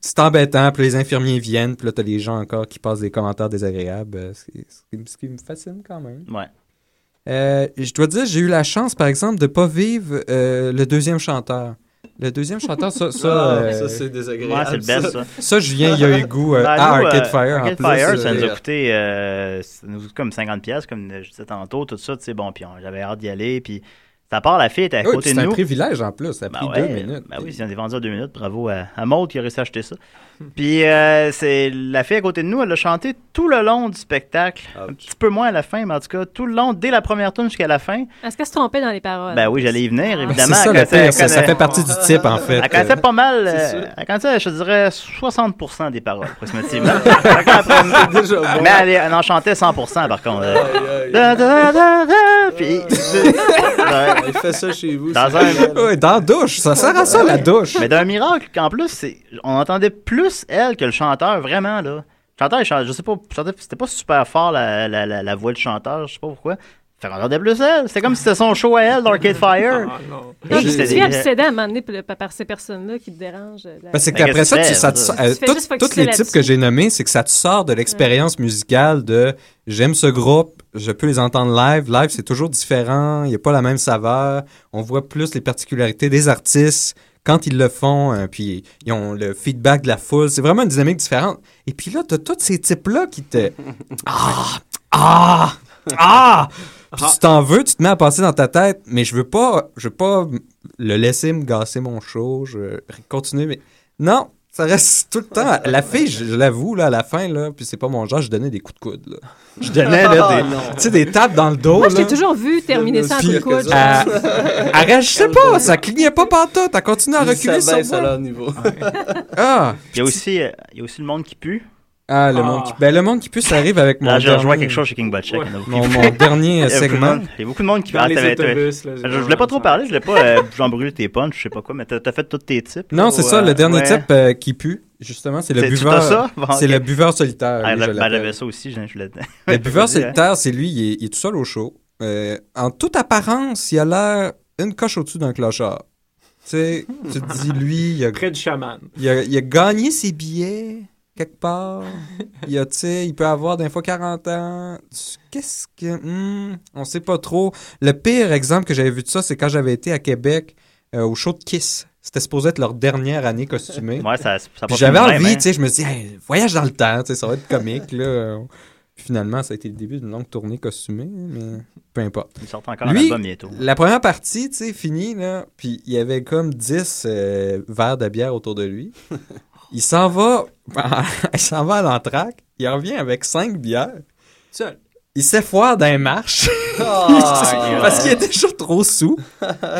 Speaker 6: c'est embêtant. Puis les infirmiers viennent. Puis là, t'as les gens encore qui passent des commentaires désagréables. euh, Ce qui, ce qui- ce qui me fascine quand même.
Speaker 3: Ouais.
Speaker 6: Euh, je dois dire, j'ai eu la chance, par exemple, de pas vivre euh, le deuxième chanteur. Le deuxième chanteur, ça, ça,
Speaker 9: Ah,
Speaker 6: euh,
Speaker 5: ça, c'est désagréable.
Speaker 3: Ouais, Ah, c'est le best,
Speaker 5: ça.
Speaker 3: ça.
Speaker 6: ça, je viens, il y a eu goût euh,
Speaker 3: Ben,
Speaker 6: à
Speaker 3: nous, euh,
Speaker 6: Arcade Fire. en
Speaker 3: Arcade
Speaker 6: plus,
Speaker 3: Fire,
Speaker 6: euh,
Speaker 3: ça nous a
Speaker 5: euh,
Speaker 3: coûté euh, ça nous a coûté comme 50$, piastres, comme je disais tantôt, tout ça, tu sais, bon, puis on- j'avais hâte d'y aller, puis ça part, la fille était à
Speaker 6: ouais, puis
Speaker 3: côté
Speaker 6: c'est
Speaker 3: de
Speaker 6: un
Speaker 3: nous.
Speaker 6: privilège en plus, ça a
Speaker 3: Ben
Speaker 6: pris
Speaker 3: ouais,
Speaker 6: deux minutes.
Speaker 3: ben oui, si on est vendu à deux minutes, bravo à, à Maud qui a réussi à acheter ça. Puis euh, c'est la fille à côté de nous, elle a chanté tout le long du spectacle, un petit peu moins à la fin, mais en tout cas, tout le long, dès la première tune jusqu'à la fin.
Speaker 7: Est-ce qu'elle se trompait dans les paroles?
Speaker 3: Ben oui, j'allais y venir,
Speaker 7: Ah.
Speaker 6: Ben,
Speaker 3: évidemment.
Speaker 6: c'est ça
Speaker 3: elle
Speaker 6: le
Speaker 3: connaissait-
Speaker 6: pire, ça, ça
Speaker 3: elle
Speaker 6: fait partie du type en fait.
Speaker 3: elle connaissait pas mal,
Speaker 5: C'est
Speaker 3: euh,
Speaker 5: sûr.
Speaker 3: elle connaissait, je dirais, 60% des paroles, approximativement. Fait qu'après-
Speaker 5: Déjà bon.
Speaker 3: mais elle, est- elle en chantait 100% par contre. Euh,
Speaker 5: Aïe, aïe.
Speaker 3: Da, da, da, da, puis- Ouais.
Speaker 5: Il fait ça chez vous.
Speaker 3: Dans
Speaker 5: c'est
Speaker 3: un-
Speaker 5: génial.
Speaker 6: Ouais, dans la douche, ça sert à ça la douche.
Speaker 3: Mais d'un miracle qu'en plus, c'est- on entendait plus elle que le chanteur, vraiment là. Le chanteur, il chan- je sais pas, le chanteur, c'était pas super fort la, la, la, la voix du chanteur, je sais pas pourquoi. Fait qu'on entendait plus elle. C'était comme si c'était son show à elle d'Arcade Fire.
Speaker 4: Ah, non.
Speaker 7: Non,
Speaker 3: Et
Speaker 7: tu
Speaker 3: c'était
Speaker 7: te
Speaker 3: des-
Speaker 7: fais obsédé à un moment donné par- par par ces personnes-là qui te dérangent. euh, de la-
Speaker 6: Ben, c'est que
Speaker 3: Ben,
Speaker 6: après ça,
Speaker 3: qu'est-ce
Speaker 6: tu,
Speaker 3: que
Speaker 6: ça
Speaker 3: tu
Speaker 6: te
Speaker 3: fais,
Speaker 6: sort-
Speaker 3: là?
Speaker 6: euh,
Speaker 7: Tu fais
Speaker 6: tout-
Speaker 7: juste focuser
Speaker 6: tous les
Speaker 7: là-dessus.
Speaker 6: types que j'ai nommés, c'est que ça te sort de l'expérience musicale de j'aime ce groupe, je peux les entendre live. Live, c'est toujours différent, il n'y a pas la même saveur. On voit plus les particularités des artistes quand ils le font, euh, puis ils ont le feedback de la foule. C'est vraiment une dynamique différente. Et puis là, tu as tous ces types-là qui te. Ah! Ah! Ah! Puis tu t'en veux, tu te mets à passer dans ta tête, mais je veux pas, je veux pas le laisser me gasser mon show, je vais continuer, mais non, ça reste tout le temps. La fille, je, je l'avoue, là, à la fin, là, puis c'est pas mon genre, je donnais des coups de coude, là. Je donnais,
Speaker 3: Ah,
Speaker 6: là, des, tu sais, des tapes dans le dos,
Speaker 7: Moi, je
Speaker 6: là.
Speaker 7: t'ai toujours vu terminer ça en coup de
Speaker 5: Pire que
Speaker 7: coude.
Speaker 5: ça.
Speaker 7: genre.
Speaker 6: Elle, elle réagissait pas, ça clignait pas partout, elle continuait à
Speaker 5: Ils
Speaker 6: Ah, reculer
Speaker 5: ça
Speaker 3: ben,
Speaker 5: baisse
Speaker 6: sur
Speaker 5: à
Speaker 6: moi.
Speaker 5: leur niveau.
Speaker 6: Ah!
Speaker 3: Il y a aussi, euh, il y a aussi le monde qui pue.
Speaker 6: Ah, le
Speaker 4: Ah.
Speaker 6: monde qui... Ben, le monde qui pue, ça arrive avec mon
Speaker 3: Là, j'ai
Speaker 6: dernier-
Speaker 3: rejoint quelque chose chez King Butchek.
Speaker 4: Ouais.
Speaker 3: on a beaucoup-
Speaker 6: Mon, mon dernier euh,
Speaker 3: Il y a beaucoup de
Speaker 6: segment.
Speaker 3: monde- Il y a beaucoup de monde qui
Speaker 4: Dans
Speaker 3: Ah,
Speaker 4: les
Speaker 3: t'avais- t'avais-
Speaker 4: autobus, euh, là,
Speaker 3: Je je voulais pas trop parler, je voulais pas euh, j'embrûle tes punchs, je sais pas quoi, mais t'as t'as fait tous tes types.
Speaker 6: Non,
Speaker 3: là,
Speaker 6: c'est
Speaker 3: ou,
Speaker 6: ça,
Speaker 3: euh,
Speaker 6: le dernier
Speaker 3: ouais.
Speaker 6: type euh, qui pue, justement, c'est le
Speaker 3: C'est- tu
Speaker 6: buveur.
Speaker 3: t'as ça? Bon,
Speaker 6: C'est
Speaker 3: ok.
Speaker 6: le buveur solitaire.
Speaker 3: Ah,
Speaker 6: oui, je
Speaker 3: j'avais- ben,
Speaker 6: l'appelle.
Speaker 3: j'avais ça aussi, je je voulais.
Speaker 6: Le buveur
Speaker 3: Je le dis, hein.
Speaker 6: solitaire, c'est lui, il est, il est tout seul au show. Euh, en toute apparence, il a l'air une coche au-dessus d'un clochard. Tu sais, tu te dis, lui, il a,
Speaker 4: Près du chaman.
Speaker 6: il a- il a gagné ses billets quelque part. Il, a, tu sais, il peut avoir d'un fois 40 ans. Tu- Qu'est-ce que... hmm, on sait pas trop. Le pire exemple que j'avais vu de ça, c'est quand j'avais été à Québec euh, au show de Kiss. C'était supposé être leur dernière année costumée.
Speaker 3: Ouais, ça, ça
Speaker 6: Puis
Speaker 3: passe
Speaker 6: j'avais
Speaker 3: pas de
Speaker 6: envie,
Speaker 3: même, hein.
Speaker 6: tu sais, je me dis, Hey, voyage dans le temps, tu sais, ça va être comique, là. Puis finalement, ça a été le début d'une longue tournée costumée, mais peu importe.
Speaker 3: Il sort encore un
Speaker 6: Lui-
Speaker 3: album bientôt.
Speaker 6: La première partie, tu sais, finie, là, puis il y avait comme 10 euh, verres de bière autour de lui. Il s'en va, il s'en va à l'entraque, il revient avec 5 bières,
Speaker 4: Seul.
Speaker 6: il s'effoire d'un marche parce qu'il était toujours trop sous,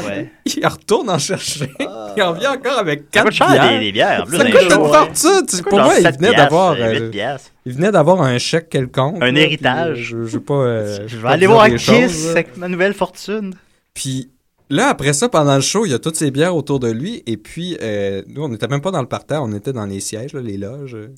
Speaker 3: Ouais.
Speaker 6: il retourne en chercher, il revient encore avec
Speaker 3: Ça
Speaker 6: 4
Speaker 3: coûte cher des,
Speaker 6: bières.
Speaker 3: des bières. En plus,
Speaker 6: Ça
Speaker 3: dans les
Speaker 6: coûte une
Speaker 3: shows, hein.
Speaker 6: fortune! tu sais,
Speaker 3: Ça coûte
Speaker 6: Pour
Speaker 3: genre
Speaker 6: moi, il
Speaker 3: 7
Speaker 6: venait
Speaker 3: piastres,
Speaker 6: d'avoir...
Speaker 3: euh,
Speaker 6: euh,
Speaker 3: 8 piastres.
Speaker 6: Il venait d'avoir un chèque quelconque.
Speaker 3: Un
Speaker 6: là,
Speaker 3: héritage.
Speaker 6: puis, euh, je, je veux pas. euh,
Speaker 3: Je vais
Speaker 6: pas
Speaker 3: aller
Speaker 6: dire
Speaker 3: voir
Speaker 6: des
Speaker 3: Kiss
Speaker 6: choses, là.
Speaker 3: avec ma nouvelle fortune.
Speaker 6: Puis là, après ça, pendant le show, il y a toutes ces bières autour de lui. Et puis, euh, nous, on n'était même pas dans le parterre, on était dans les sièges, là, les loges. euh,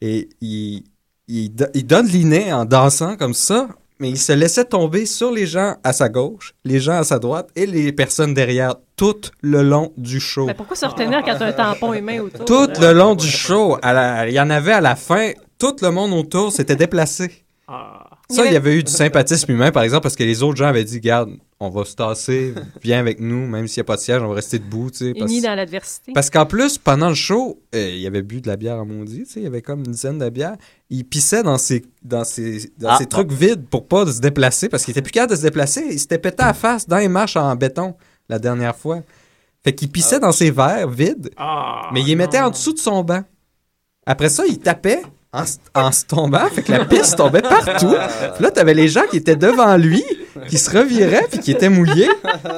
Speaker 6: Et il, il, do- il donne l'inné en dansant comme ça. Mais il se laissait tomber sur les gens à sa gauche, les gens à sa droite et les personnes derrière tout le long du show.
Speaker 7: Ben, pourquoi se retenir quand t'as un tampon humain autour?
Speaker 6: Tout
Speaker 7: là?
Speaker 6: le long du show, à la- il y en avait à la fin, tout le monde autour s'était déplacé.
Speaker 4: Ah.
Speaker 6: Ça, il
Speaker 7: Il
Speaker 6: y
Speaker 7: y
Speaker 6: avait eu du sympathisme humain, par exemple, parce que les autres gens avaient dit, garde, on va se tasser, viens avec nous, même s'il n'y a pas de siège, on va rester debout, tu sais. Parce,
Speaker 7: Unis dans l'adversité.
Speaker 6: parce qu'en plus, pendant le show, euh, il avait bu de la bière à maudit, tu sais, il y avait comme une dizaine de bières. Il pissait dans ses, dans ses, dans
Speaker 3: Ah.
Speaker 6: ses trucs vides pour pas se déplacer, parce qu'il était plus capable de se déplacer. Il s'était pété à la face dans les marches en béton la dernière fois. Fait qu'il pissait dans ses verres vides,
Speaker 4: Ah,
Speaker 6: mais il les mettait
Speaker 4: non.
Speaker 6: en dessous de son banc. Après ça, il tapait en, s- en se tombant, fait que la pisse tombait partout. Puis là, t'avais les gens qui étaient devant lui, qui se reviraient, puis qui étaient mouillés,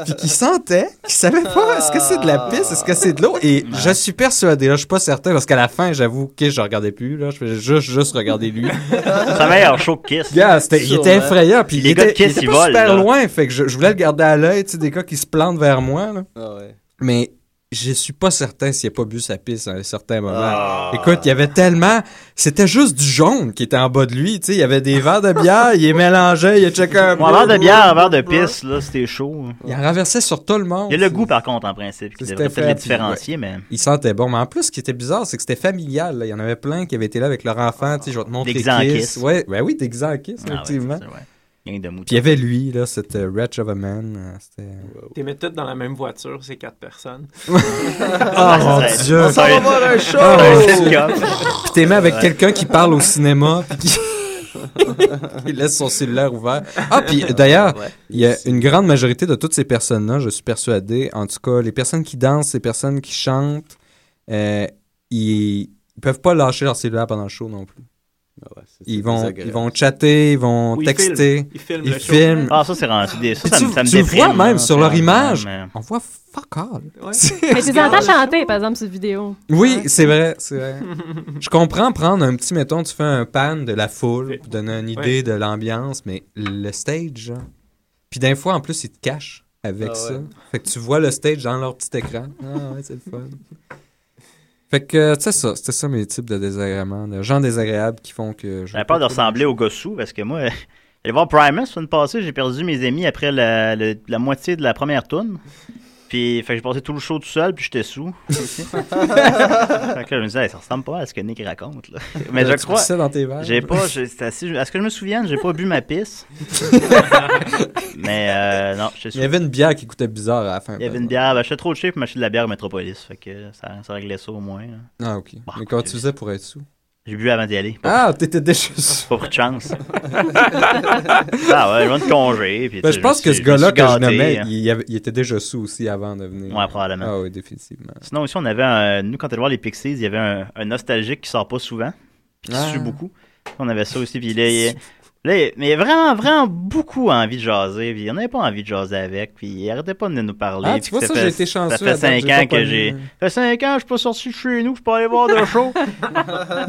Speaker 6: puis qui sentaient, qui savaient pas est-ce que c'est de la pisse, est-ce que c'est de l'eau. Et je suis persuadé, là, je suis pas certain, parce qu'à la fin, j'avoue, que je regardais plus, là, je faisais juste, juste regarder lui.
Speaker 3: C'est un meilleur show que Kiss.
Speaker 6: Gars, c'était- il était
Speaker 9: Sûrement.
Speaker 6: effrayant, puis il
Speaker 3: Les gars de
Speaker 6: était, il
Speaker 3: Kiss,
Speaker 6: était
Speaker 3: ils
Speaker 6: pas
Speaker 3: volent,
Speaker 6: super
Speaker 3: là.
Speaker 6: loin, fait que je, je voulais le garder à l'œil, tu sais, des gars qui se plantent vers moi, là.
Speaker 9: Ah ouais.
Speaker 6: Mais je suis pas certain s'il a pas bu sa pisse à un certain moment.
Speaker 9: Ah.
Speaker 6: Écoute, il y avait tellement... C'était juste du jaune qui était en bas de lui, tu sais, il y avait des verres de bière, il les mélangeait, il checkait un
Speaker 3: Mon
Speaker 6: peu.
Speaker 3: verre de bière, un verre de pisse, là, c'était chaud.
Speaker 6: Il en renversait sur tout le monde.
Speaker 3: Il y a le goût, par contre, en principe, qui
Speaker 6: C'était
Speaker 3: devrait peut-être
Speaker 6: fait,
Speaker 3: les différencier, mais
Speaker 6: Il sentait bon, mais en plus, ce qui était bizarre, c'est que c'était familial. là. Il y en avait plein qui avaient été là avec leur enfant. Tu sais, je vais te montrer
Speaker 3: Déguisé en
Speaker 6: Kiss.
Speaker 3: Kiss.
Speaker 6: Ouais, ben oui, déguisé en Kiss,
Speaker 3: Ah ouais, c'est
Speaker 6: effectivement.
Speaker 3: ça, ouais. Gang de
Speaker 6: Puis il y
Speaker 3: moutons.
Speaker 6: avait lui, là, cet euh, wretch of a man. euh, C'était...
Speaker 4: T'es mis toutes dans la même voiture, ces quatre personnes.
Speaker 6: Oh mon
Speaker 3: Ah, ça serait-
Speaker 6: dieu!
Speaker 3: ça serait-
Speaker 9: un
Speaker 6: Oh,
Speaker 3: un
Speaker 6: mon Dieu.
Speaker 3: sitcom.
Speaker 6: Puis t'es mis avec
Speaker 3: Ouais.
Speaker 6: quelqu'un qui parle au cinéma, puis qui... qui laisse son cellulaire ouvert. Ah, puis d'ailleurs,
Speaker 9: Ouais.
Speaker 6: il y a une grande majorité de toutes ces personnes-là, je suis persuadé, en tout cas, les personnes qui dansent, les personnes qui chantent, euh, ils... ils peuvent pas lâcher leur cellulaire pendant le show non plus.
Speaker 9: Ah ouais, c'est- c'est
Speaker 6: Ils vont,
Speaker 9: désagréable.
Speaker 6: ils vont chatter, ils vont
Speaker 4: Ou ils
Speaker 6: texter,
Speaker 4: filment. Ils filment
Speaker 6: ils
Speaker 4: le show.
Speaker 6: filment.
Speaker 3: Ah, ça, c'est rendu des. Ça,
Speaker 6: Puis
Speaker 3: ça,
Speaker 6: tu-
Speaker 3: me- ça me
Speaker 6: tu le
Speaker 3: déprime. hein,
Speaker 6: vois même
Speaker 3: là,
Speaker 6: sur leur
Speaker 3: ça,
Speaker 6: image.
Speaker 3: mais-
Speaker 6: On voit fuck all.
Speaker 4: Ouais.
Speaker 7: Mais tu les entends chanter, par exemple, sur vidéo.
Speaker 6: Oui, c'est vrai, c'est vrai. Je comprends prendre un petit, mettons, tu fais un pan de la foule pour donner une idée de l'ambiance, mais le stage, hein. puis d'un fois, en plus, ils te cachent avec
Speaker 9: Ah
Speaker 6: ça.
Speaker 9: ouais.
Speaker 6: Fait que tu vois le stage dans leur petit écran. Ah ouais, c'est le fun. Fait que, tu sais ça, c'était ça mes types de désagréments, de gens désagréables qui font que... je-
Speaker 3: J'avais peur de ressembler au gossou parce que moi, euh, j'allais voir Primus la semaine passée, j'ai perdu mes amis après la, le- la moitié de la première tourne. Puis, fait que j'ai passé tout le show tout seul, puis j'étais sous. fait que là, je me disais, Hey, ça ressemble pas à ce que Nick raconte, là. Mais je
Speaker 6: Tu
Speaker 3: crois.
Speaker 6: pissais dans tes verres.
Speaker 3: J'ai pas, j'ai- c'est assez- à ce que je me souvienne, j'ai pas bu ma pisse. Mais euh, non, j'étais
Speaker 6: Il
Speaker 3: sous.
Speaker 6: y avait une bière qui coûtait bizarre à la fin.
Speaker 3: Il y avait
Speaker 6: par
Speaker 3: une
Speaker 6: exemple.
Speaker 3: bière, ben, j'étais trop cheap pour m'acheter de la bière au Metropolis. Fait que ça, ça réglait ça au moins. là.
Speaker 6: Ah, ok.
Speaker 3: Bah,
Speaker 6: Mais comment
Speaker 3: tu-
Speaker 6: tu faisais pour être sous?
Speaker 3: J'ai bu avant d'y aller. Pas,
Speaker 6: Ah, t'étais déjà sous.
Speaker 3: pas pour de chance. ah ouais, je viens de congé. puis, tu
Speaker 6: Ben,
Speaker 3: sais,
Speaker 6: je pense
Speaker 3: me
Speaker 6: que
Speaker 3: suis-
Speaker 6: ce gars-là
Speaker 3: me suis
Speaker 6: que je
Speaker 3: gâté,
Speaker 6: nommais,
Speaker 3: hein.
Speaker 6: il, y avait- il était déjà sous aussi avant de venir.
Speaker 3: Ouais, probablement.
Speaker 6: Ah oui, définitivement.
Speaker 3: Sinon, ici, on avait un- Nous, quand on allait voir les Pixies, il y avait un, un nostalgique qui sort pas souvent. Puis qui
Speaker 6: Ah.
Speaker 3: sue beaucoup. On avait ça aussi. Puis là, il- là, il- mais il avait vraiment, vraiment beaucoup envie de jaser. Puis il n'avait pas envie de jaser avec. Puis il arrêtait pas de nous parler.
Speaker 6: Ah,
Speaker 3: puis
Speaker 6: tu vois,
Speaker 3: que
Speaker 6: ça,
Speaker 3: fait-
Speaker 6: j'ai été chanceux.
Speaker 3: Ça fait
Speaker 6: à date,
Speaker 3: 5
Speaker 6: j'ai pas
Speaker 3: ans que
Speaker 6: connu.
Speaker 3: j'ai. Ça fait 5 ans, je suis pas sorti de chez nous, je suis pas allé voir de show.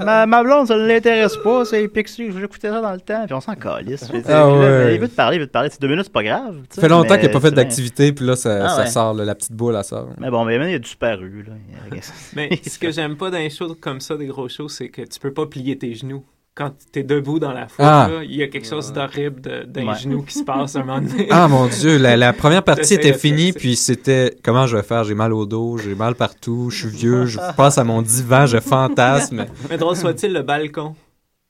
Speaker 3: ma, ma blonde, ça l'intéresse pas, c'est les Pixies, j'écoutais ça dans le temps, puis on s'en calisse. Je veux dire,
Speaker 6: Ah
Speaker 3: puis là,
Speaker 6: ouais.
Speaker 3: Il veut te parler, il veut te parler. C'est deux minutes, c'est pas grave. tu sais,
Speaker 6: Ça fait longtemps
Speaker 3: mais
Speaker 6: qu'il n'a pas fait
Speaker 3: c'est vrai.
Speaker 6: d'activité, puis là, ça,
Speaker 3: Ah
Speaker 6: ça
Speaker 3: ouais.
Speaker 6: sort, là, la petite boule, elle sort.
Speaker 3: Mais bon, mais maintenant, il a disparu. Là. Il-
Speaker 4: Mais ce que j'aime pas dans les shows comme ça, des gros shows, c'est que tu peux pas plier tes genoux. Quand t'es debout dans la foule,
Speaker 6: Ah.
Speaker 4: là, il y a quelque chose d'horrible de- dans
Speaker 3: Ouais.
Speaker 4: les genoux qui se passe à un moment donné.
Speaker 6: Ah mon dieu, la, la première partie
Speaker 4: T'essayes
Speaker 6: était
Speaker 4: de faire
Speaker 6: finie,
Speaker 4: ça.
Speaker 6: puis c'était comment je vais faire, j'ai mal au dos, j'ai mal partout, je suis vieux, je passe à mon divan, je fantasme.
Speaker 4: Mais drôle soit-il, le balcon,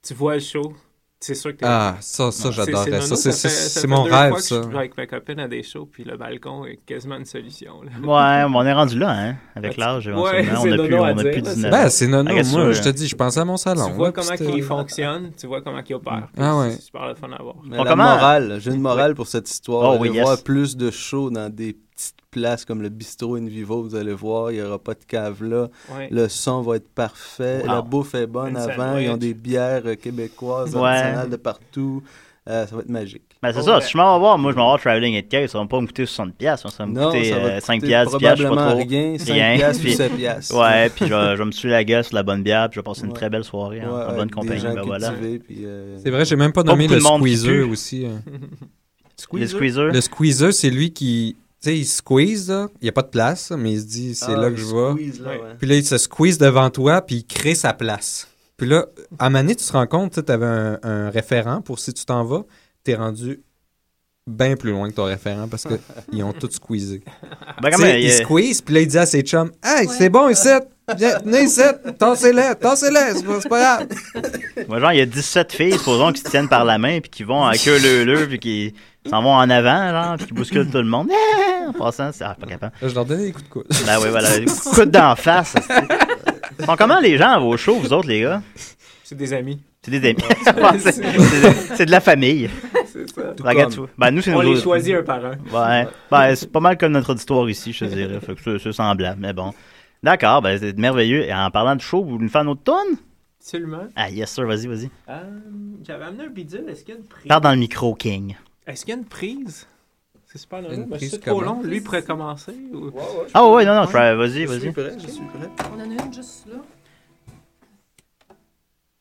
Speaker 4: tu vois le show, c'est sûr que t'es...
Speaker 6: Ah, ça,
Speaker 4: C'est-
Speaker 6: ça, j'adorais
Speaker 4: nono,
Speaker 6: ça. C'est-
Speaker 4: fait-
Speaker 6: C'est
Speaker 4: ça
Speaker 6: c'est
Speaker 4: fait
Speaker 6: mon
Speaker 4: deux
Speaker 6: rêve,
Speaker 4: fois que
Speaker 6: ça.
Speaker 4: Je joue avec ma copine à des shows, puis le balcon est quasiment une solution. là.
Speaker 3: Ouais, mais on est rendu là, hein, avec l'âge,
Speaker 4: Ouais,
Speaker 3: éventuellement.
Speaker 4: c'est
Speaker 3: on a plus,
Speaker 4: dodo à
Speaker 3: on a
Speaker 4: dire,
Speaker 3: plus
Speaker 4: là,
Speaker 3: 19
Speaker 6: Ben, c'est nono,
Speaker 3: Ah, qu'est-ce
Speaker 6: moi,
Speaker 3: que-
Speaker 6: je te dis, je pensais à mon salon.
Speaker 4: tu vois
Speaker 6: là,
Speaker 4: comment
Speaker 6: Ah, puis
Speaker 4: il
Speaker 6: c'était-
Speaker 4: fonctionne, tu vois comment il opère. puis
Speaker 6: Ah ouais.
Speaker 4: C'est super le fun à voir.
Speaker 9: Mais
Speaker 3: On
Speaker 9: la
Speaker 3: commence-
Speaker 9: morale, j'ai une morale pour cette histoire.
Speaker 3: Oh,
Speaker 9: Vous allez
Speaker 3: oui, yes.
Speaker 9: voir plus de shows dans des petites places comme le bistrot In Vivo, vous allez voir, il n'y aura pas de cave là.
Speaker 4: Ouais.
Speaker 9: Le son va être parfait,
Speaker 3: Wow.
Speaker 9: la bouffe est bonne
Speaker 4: Une
Speaker 9: avant,
Speaker 4: sandwich.
Speaker 9: ils ont des bières euh, québécoises,
Speaker 3: Ouais.
Speaker 9: artisanales de partout. Euh, ça va être magique.
Speaker 3: Ben, c'est
Speaker 4: Oh,
Speaker 3: ça,
Speaker 4: ouais.
Speaker 3: si je m'en vais voir, moi je m'en vais voir Traveling at Cave, ça va pas me coûter 60$, piastres, ça va me
Speaker 9: non,
Speaker 3: coûter
Speaker 9: ça va
Speaker 3: euh,
Speaker 9: te
Speaker 3: 5$,
Speaker 9: coûter
Speaker 3: 10$, je sais pas
Speaker 9: probablement
Speaker 3: trop.
Speaker 9: rien, 5
Speaker 3: Rien,
Speaker 9: piastres ou
Speaker 3: puis-
Speaker 9: 7 piastres.
Speaker 3: Ouais, puis je, vais- je vais me suis la gueule sur la bonne bière, puis je vais passer une
Speaker 9: Ouais.
Speaker 3: très belle soirée
Speaker 9: Ouais,
Speaker 3: en, en
Speaker 9: avec
Speaker 3: bonne
Speaker 9: des
Speaker 3: compagnie.
Speaker 9: gens
Speaker 3: Ben voilà.
Speaker 9: cultivés, puis, euh,
Speaker 6: C'est vrai, j'ai même pas
Speaker 3: Pas
Speaker 6: nommé
Speaker 3: beaucoup
Speaker 6: le
Speaker 3: de monde qui
Speaker 6: squeezer
Speaker 3: pue.
Speaker 6: aussi. hein.
Speaker 3: Le squeezer.
Speaker 6: Le squeezer, c'est lui qui. Tu sais, il squeeze, là. il n'y a pas de place, mais il se dit, c'est
Speaker 9: Ah,
Speaker 6: là que je vais.
Speaker 9: squeeze, là,
Speaker 4: Ouais.
Speaker 9: ouais.
Speaker 6: Puis là, il se squeeze devant toi, puis il crée sa place. Puis là, à Mané, tu te rends compte, tu avais un, un référent pour si tu t'en vas, t'es rendu bien plus loin que ton référent parce qu'ils ont tout squeezé.
Speaker 3: Ben,
Speaker 6: Tu
Speaker 3: quand
Speaker 6: sais,
Speaker 3: même,
Speaker 6: Ah, il
Speaker 3: il-
Speaker 6: squeeze, puis là, il dit à ses chums Hey, c'est bon, ici, viens, venez ici, tassez-les, tassez-les, c'est pas- c'est pas grave.
Speaker 3: Moi, genre, il y a 17 filles, supposons, qui se tiennent par la main, puis qui vont à queue leu leu, puis qui s'en vont en avant, genre, puis qui bousculent tout le monde. Ah! En passant, c'est. Ah, pas capable.
Speaker 6: Là, je leur donnais des coups de coude.
Speaker 3: Ben oui, voilà. Coup d'en face. c'est- Sont comment les gens à vos shows, vous autres, les gars
Speaker 4: C'est des amis.
Speaker 3: C'est des amis. C'est c'est de la famille.
Speaker 10: ça.
Speaker 3: Regarde, tu vois. Ben, nous, c'est
Speaker 10: On
Speaker 3: nos
Speaker 10: les
Speaker 3: autres-
Speaker 10: choisit un par un.
Speaker 3: Ouais. Ben, c'est pas mal comme notre auditoire ici, je te dirais. Fait que c'est- c'est semblable, mais bon. D'accord, ben, c'est merveilleux. Et en parlant de show, vous nous faites un autre tonne?
Speaker 4: Absolument.
Speaker 3: Ah, yes, sir, vas-y, vas-y.
Speaker 4: Euh, J'avais amené un bidule. Est-ce qu'il y a une prise?
Speaker 3: Parle dans le micro, King.
Speaker 4: Est-ce qu'il y a une prise? C'est super long.
Speaker 6: Une
Speaker 4: Ben,
Speaker 6: prise
Speaker 4: c'est trop
Speaker 6: comment?
Speaker 4: long. Lui pourrait commencer. Ou...
Speaker 3: Ah, ouais, non, non, try- vas-y, vas-y.
Speaker 9: prêt, je suis prêt.
Speaker 7: On en a une juste là.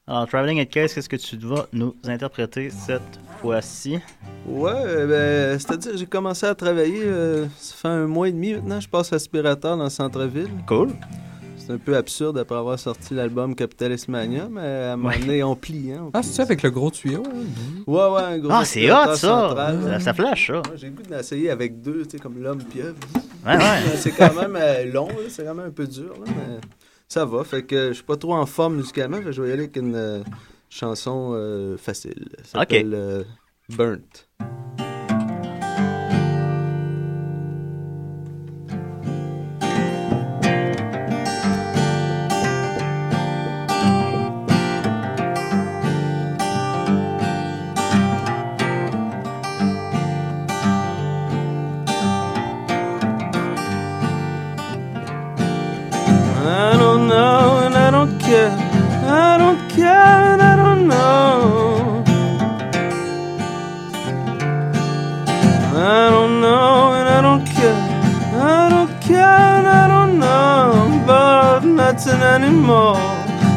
Speaker 3: Alors, Traveling at Case, qu'est-ce que tu vas nous interpréter cette fois-ci?
Speaker 9: Ouais, ben, c'est-à-dire, j'ai commencé à travailler, euh, ça fait un mois et demi maintenant, je passe aspirateur dans le centre-ville.
Speaker 3: Cool.
Speaker 9: C'est un peu absurde après avoir sorti l'album Capitalist Mania, mais à un moment
Speaker 3: Ouais.
Speaker 9: donné, on plie, hein.
Speaker 6: Ah, c'est ça avec le gros tuyau? hein?
Speaker 9: Ouais, ouais, un gros
Speaker 3: Ah, c'est
Speaker 9: aspirateur
Speaker 3: hot, ça!
Speaker 9: central, là.
Speaker 3: Ça, ça flash, ça.
Speaker 9: Ouais, J'ai le goût d'essayer avec deux, tu sais, comme l'homme pieuvre.
Speaker 3: Ouais, ouais.
Speaker 9: Mais c'est quand même euh, long, là, c'est quand même un peu dur, là, mais ça va. Fait que je suis pas trop en forme musicalement, fait que je vais y aller avec une euh, chanson euh, facile. Ça
Speaker 3: Ok.
Speaker 9: s'appelle euh, Burnt. I don't know and I don't care. I don't care and I don't know. I don't know and I don't care. I don't care and I don't know about nothing anymore.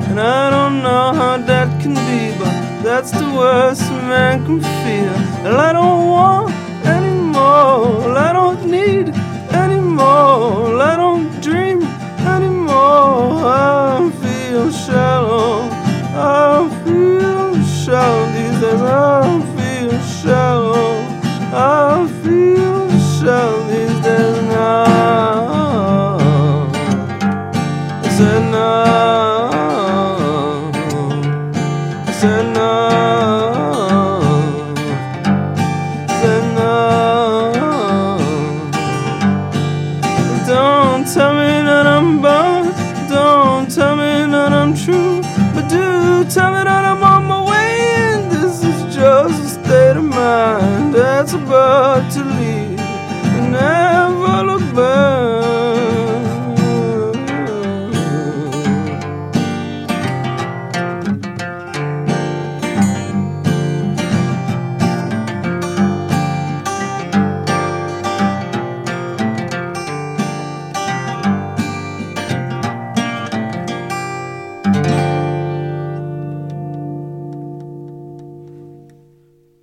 Speaker 9: And I don't know how that can be, but that's the worst a man can feel. And I don't want anymore. I don't need anymore. I don't dream anymore. I feel shallow. I feel shallow these days. I feel shallow. I feel shallow these days now. I said no. I said no. I said no. Don't tell me that I'm bound. Don't tell me that I'm true. But do tell me that I'm on my way in. This is just a state of mind that's about to leave. And never look back.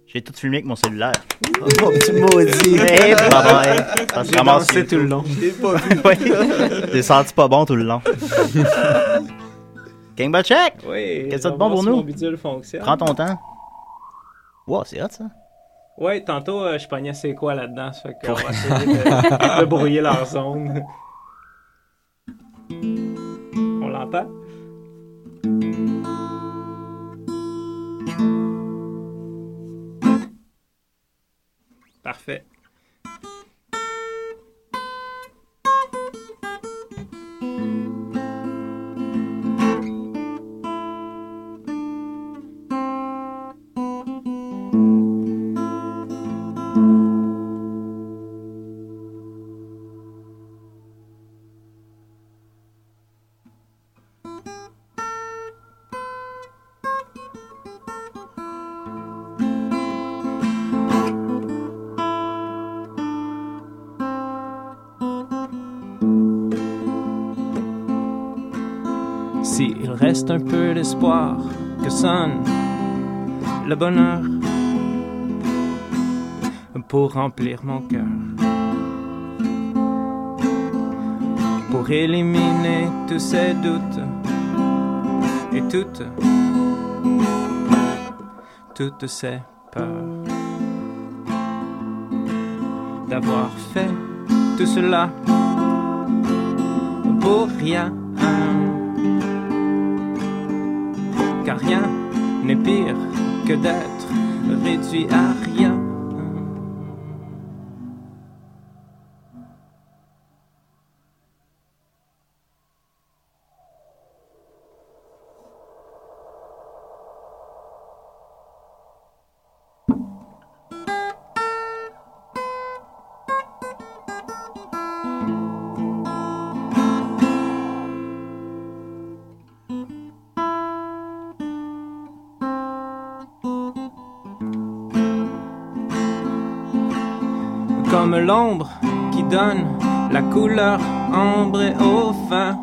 Speaker 3: J'ai tout filmé avec mon cellulaire.
Speaker 9: Oh, tu maudit.
Speaker 3: Hey, bye bye. Ça se ramasse
Speaker 10: C'est tout le long.
Speaker 3: Ouais. J'ai senti pas bon tout le long. King Ball Check!
Speaker 4: Oui.
Speaker 3: Qu'est-ce que t'as de
Speaker 4: on va
Speaker 3: bon
Speaker 4: voir
Speaker 3: pour
Speaker 4: si
Speaker 3: nous?
Speaker 4: Mon bidule fonctionne.
Speaker 3: Prends ton temps. Wow, c'est hot ça.
Speaker 4: Ouais, tantôt, euh, je pognais c'est quoi là-dedans. Ça fait qu'on va essayer de, de brouiller leur zone. On l'entend? Parfait. S'il reste un peu d'espoir, que sonne le bonheur pour remplir mon cœur, pour éliminer tous ces doutes et toutes, toutes ces peurs d'avoir fait tout cela pour rien car rien n'est pire que d'être réduit à rien. l'ombre qui donne la couleur ambre et au fin.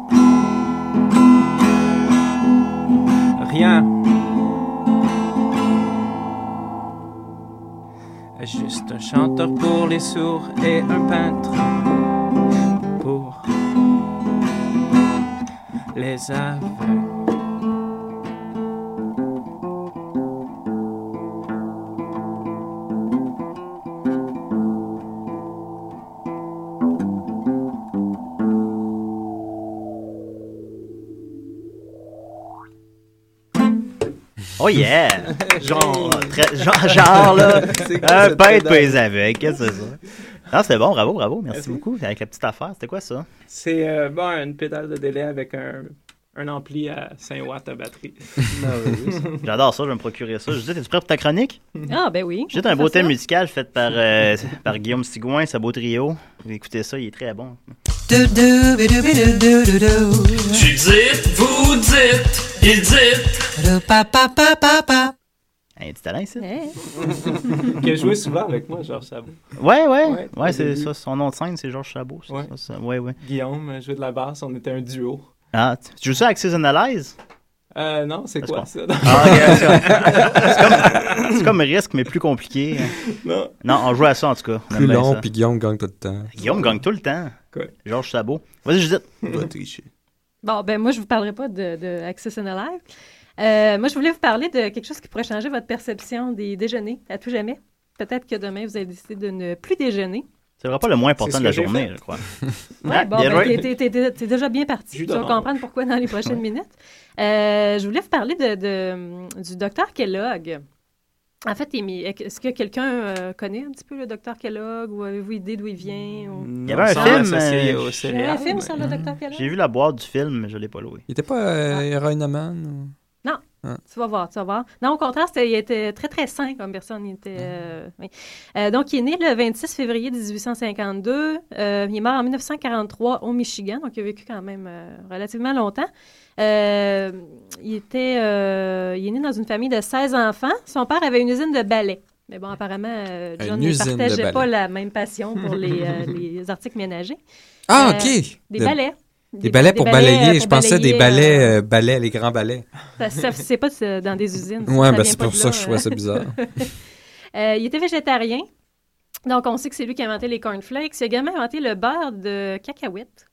Speaker 4: Rien. Juste un chanteur pour les sourds et un peintre pour les aveugles.
Speaker 3: Oh yeah! Genre, euh, très- genre, genre, là, un peintre pour les aveugles, qu'est-ce que c'est ça? Non, c'était bon, bravo, bravo, merci,
Speaker 4: Merci.
Speaker 3: beaucoup. Avec la petite affaire, c'était quoi ça?
Speaker 4: C'est euh, bon, une pédale de délai avec un, un ampli à 5 watts à batterie.
Speaker 3: J'adore ça, je vais me procurer ça. Je dis, es-tu prêt pour ta chronique?
Speaker 7: Ah, ben oui.
Speaker 3: J'ai Mm. un beau
Speaker 7: Faire ça.
Speaker 3: thème musical fait par, euh, par Guillaume Sigouin, sa beau trio. Écoutez ça, il est très bon.
Speaker 1: Tu dites, vous dites, ils dites.
Speaker 3: Hey, y a du talent ici.
Speaker 7: Hey.
Speaker 4: Qui a joué souvent avec moi, Georges Sabot.
Speaker 3: Ouais, ouais. Ouais,
Speaker 4: Ouais, au
Speaker 3: c'est
Speaker 4: début.
Speaker 3: ça. Son nom de scène, c'est Georges Chabot. c'est
Speaker 4: Ouais.
Speaker 3: ça, ça, ouais, ouais.
Speaker 4: Guillaume jouait de la basse, on était un duo.
Speaker 3: Ah, tu- tu joues ça avec Season Analyze?
Speaker 4: Euh, non, c'est
Speaker 3: Parce
Speaker 4: quoi
Speaker 3: qu'on-
Speaker 4: ça?
Speaker 3: Ah, ok, c'est comme- c'est comme risque, mais plus compliqué.
Speaker 4: non.
Speaker 3: Non, on joue à ça en tout cas. On aime
Speaker 6: Plus
Speaker 3: bien
Speaker 6: long,
Speaker 3: ça.
Speaker 6: puis Guillaume gagne tout le temps.
Speaker 3: Guillaume gagne tout le temps.
Speaker 4: Cool.
Speaker 3: Georges Chabot. Vas-y, Judith.
Speaker 5: Va tricher.
Speaker 7: Bon, ben moi, je vous parlerai pas de, de Access and Alive. Euh, moi, je voulais vous parler de quelque chose qui pourrait changer votre perception des déjeuners à tout jamais. Peut-être que demain, vous allez décider de ne plus déjeuner.
Speaker 3: C'est vraiment pas le moins important
Speaker 4: C'est
Speaker 3: de
Speaker 4: ce
Speaker 3: la
Speaker 4: que j'ai
Speaker 3: journée, je crois.
Speaker 7: Ouais, bon,
Speaker 3: bien
Speaker 7: ben,
Speaker 3: joué.
Speaker 7: t'es- t'es- t'es- t'es- t'es déjà bien parti.
Speaker 4: Jus
Speaker 7: Tu vas
Speaker 4: d'orange.
Speaker 7: comprendre pourquoi dans les prochaines minutes. Euh, je voulais vous parler de, de- du docteur Kellogg. En fait, il m'y- est-ce que quelqu'un euh, connaît un petit peu le docteur Kellogg ou avez-vous idée d'où il vient? ou-
Speaker 3: Il y avait un film, euh,
Speaker 4: au
Speaker 7: Il y a un
Speaker 4: céréales,
Speaker 7: film
Speaker 4: mais-
Speaker 7: sur le docteur Kellogg?
Speaker 3: J'ai vu la boîte du film, mais je l'ai pas loué.
Speaker 6: Il était pas euh, Heroin Man ou...
Speaker 7: Tu vas voir, tu vas voir. Non, au contraire, c'était- il était très, très sain comme personne. Il
Speaker 6: Mm-hmm.
Speaker 7: était, euh, oui. Euh, donc, il est né le 26 février 1852. Euh, il est mort en 1943 au Michigan, donc il a vécu quand même euh, relativement longtemps. Euh, il, était, euh, il est né dans une famille de 16 enfants. Son père avait une usine de ballet. Mais bon, apparemment, euh,
Speaker 6: Une
Speaker 7: John ne
Speaker 6: usine de
Speaker 7: partageait
Speaker 6: ballet.
Speaker 7: pas la même passion pour les, euh, les articles ménagers.
Speaker 6: Ah,
Speaker 7: Euh,
Speaker 6: OK!
Speaker 7: Des
Speaker 6: De-
Speaker 7: balais. euh,
Speaker 6: Des balais pour balayer. je pensais des
Speaker 7: balais.
Speaker 6: balais, euh, balais, les grands balais.
Speaker 7: euh, ça- ça- C'est pas euh, dans des usines. ça,
Speaker 6: Ouais,
Speaker 7: ça
Speaker 6: ben
Speaker 7: vient
Speaker 6: c'est
Speaker 7: pas
Speaker 6: pour
Speaker 7: de
Speaker 6: ça
Speaker 7: là,
Speaker 6: que je
Speaker 7: euh.
Speaker 6: trouvais ça bizarre.
Speaker 7: Euh, il était végétarien. Donc, on sait que c'est lui qui a inventé les cornflakes. Il a également inventé le beurre de cacahuète.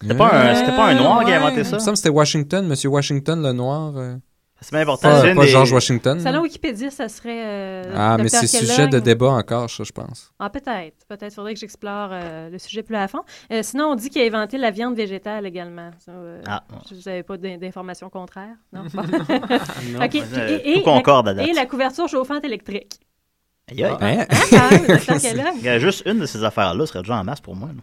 Speaker 3: C'était pas un, c'était pas un noir qui a inventé
Speaker 6: Il me
Speaker 3: ça?
Speaker 6: semble que c'était Washington, Monsieur Washington le noir. euh,
Speaker 3: C'est bien important.
Speaker 6: Pas,
Speaker 3: C'est une
Speaker 6: pas
Speaker 3: des-
Speaker 6: George Washington.
Speaker 7: Selon Wikipédia, ça serait. euh,
Speaker 6: Hmm. Ah, mais
Speaker 7: Dr.
Speaker 6: c'est sujet de
Speaker 7: Kellogg.
Speaker 6: débat encore, ça, je pense.
Speaker 7: Ah, peut-être. Peut-être faudrait que j'explore euh, le sujet plus à fond. Euh, sinon, on dit qu'il a inventé la viande végétale également. Ça, euh,
Speaker 3: Ah, bon.
Speaker 7: Vous n'avez pas d'in- d'informations contraires? Non. Bon.
Speaker 3: Non,
Speaker 7: OK.
Speaker 3: moi, je-
Speaker 7: Et- et-
Speaker 3: tout
Speaker 7: et-
Speaker 3: concorde à date.
Speaker 7: Et la couverture chauffante électrique.
Speaker 3: Aïe, aïe.
Speaker 6: Hein?
Speaker 7: Hein, quand même, Dr. Kellogg?
Speaker 3: Il y a juste une de ces affaires-là serait déjà en masse pour moi. là.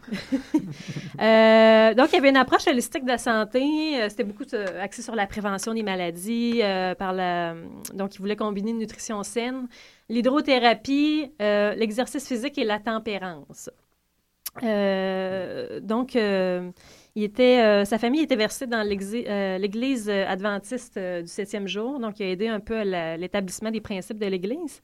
Speaker 7: Euh, donc, il y avait une approche holistique de la santé. Euh, C'était beaucoup euh, axé sur la prévention des maladies. euh, par la... Donc, il voulait combiner une nutrition saine, l'hydrothérapie, euh, l'exercice physique et la tempérance. Euh, donc, euh, il était, euh, sa famille était versée dans l'exi- euh, l'Église euh, adventiste euh, du septième jour, donc il a aidé un peu à la- l'établissement des principes de l'Église.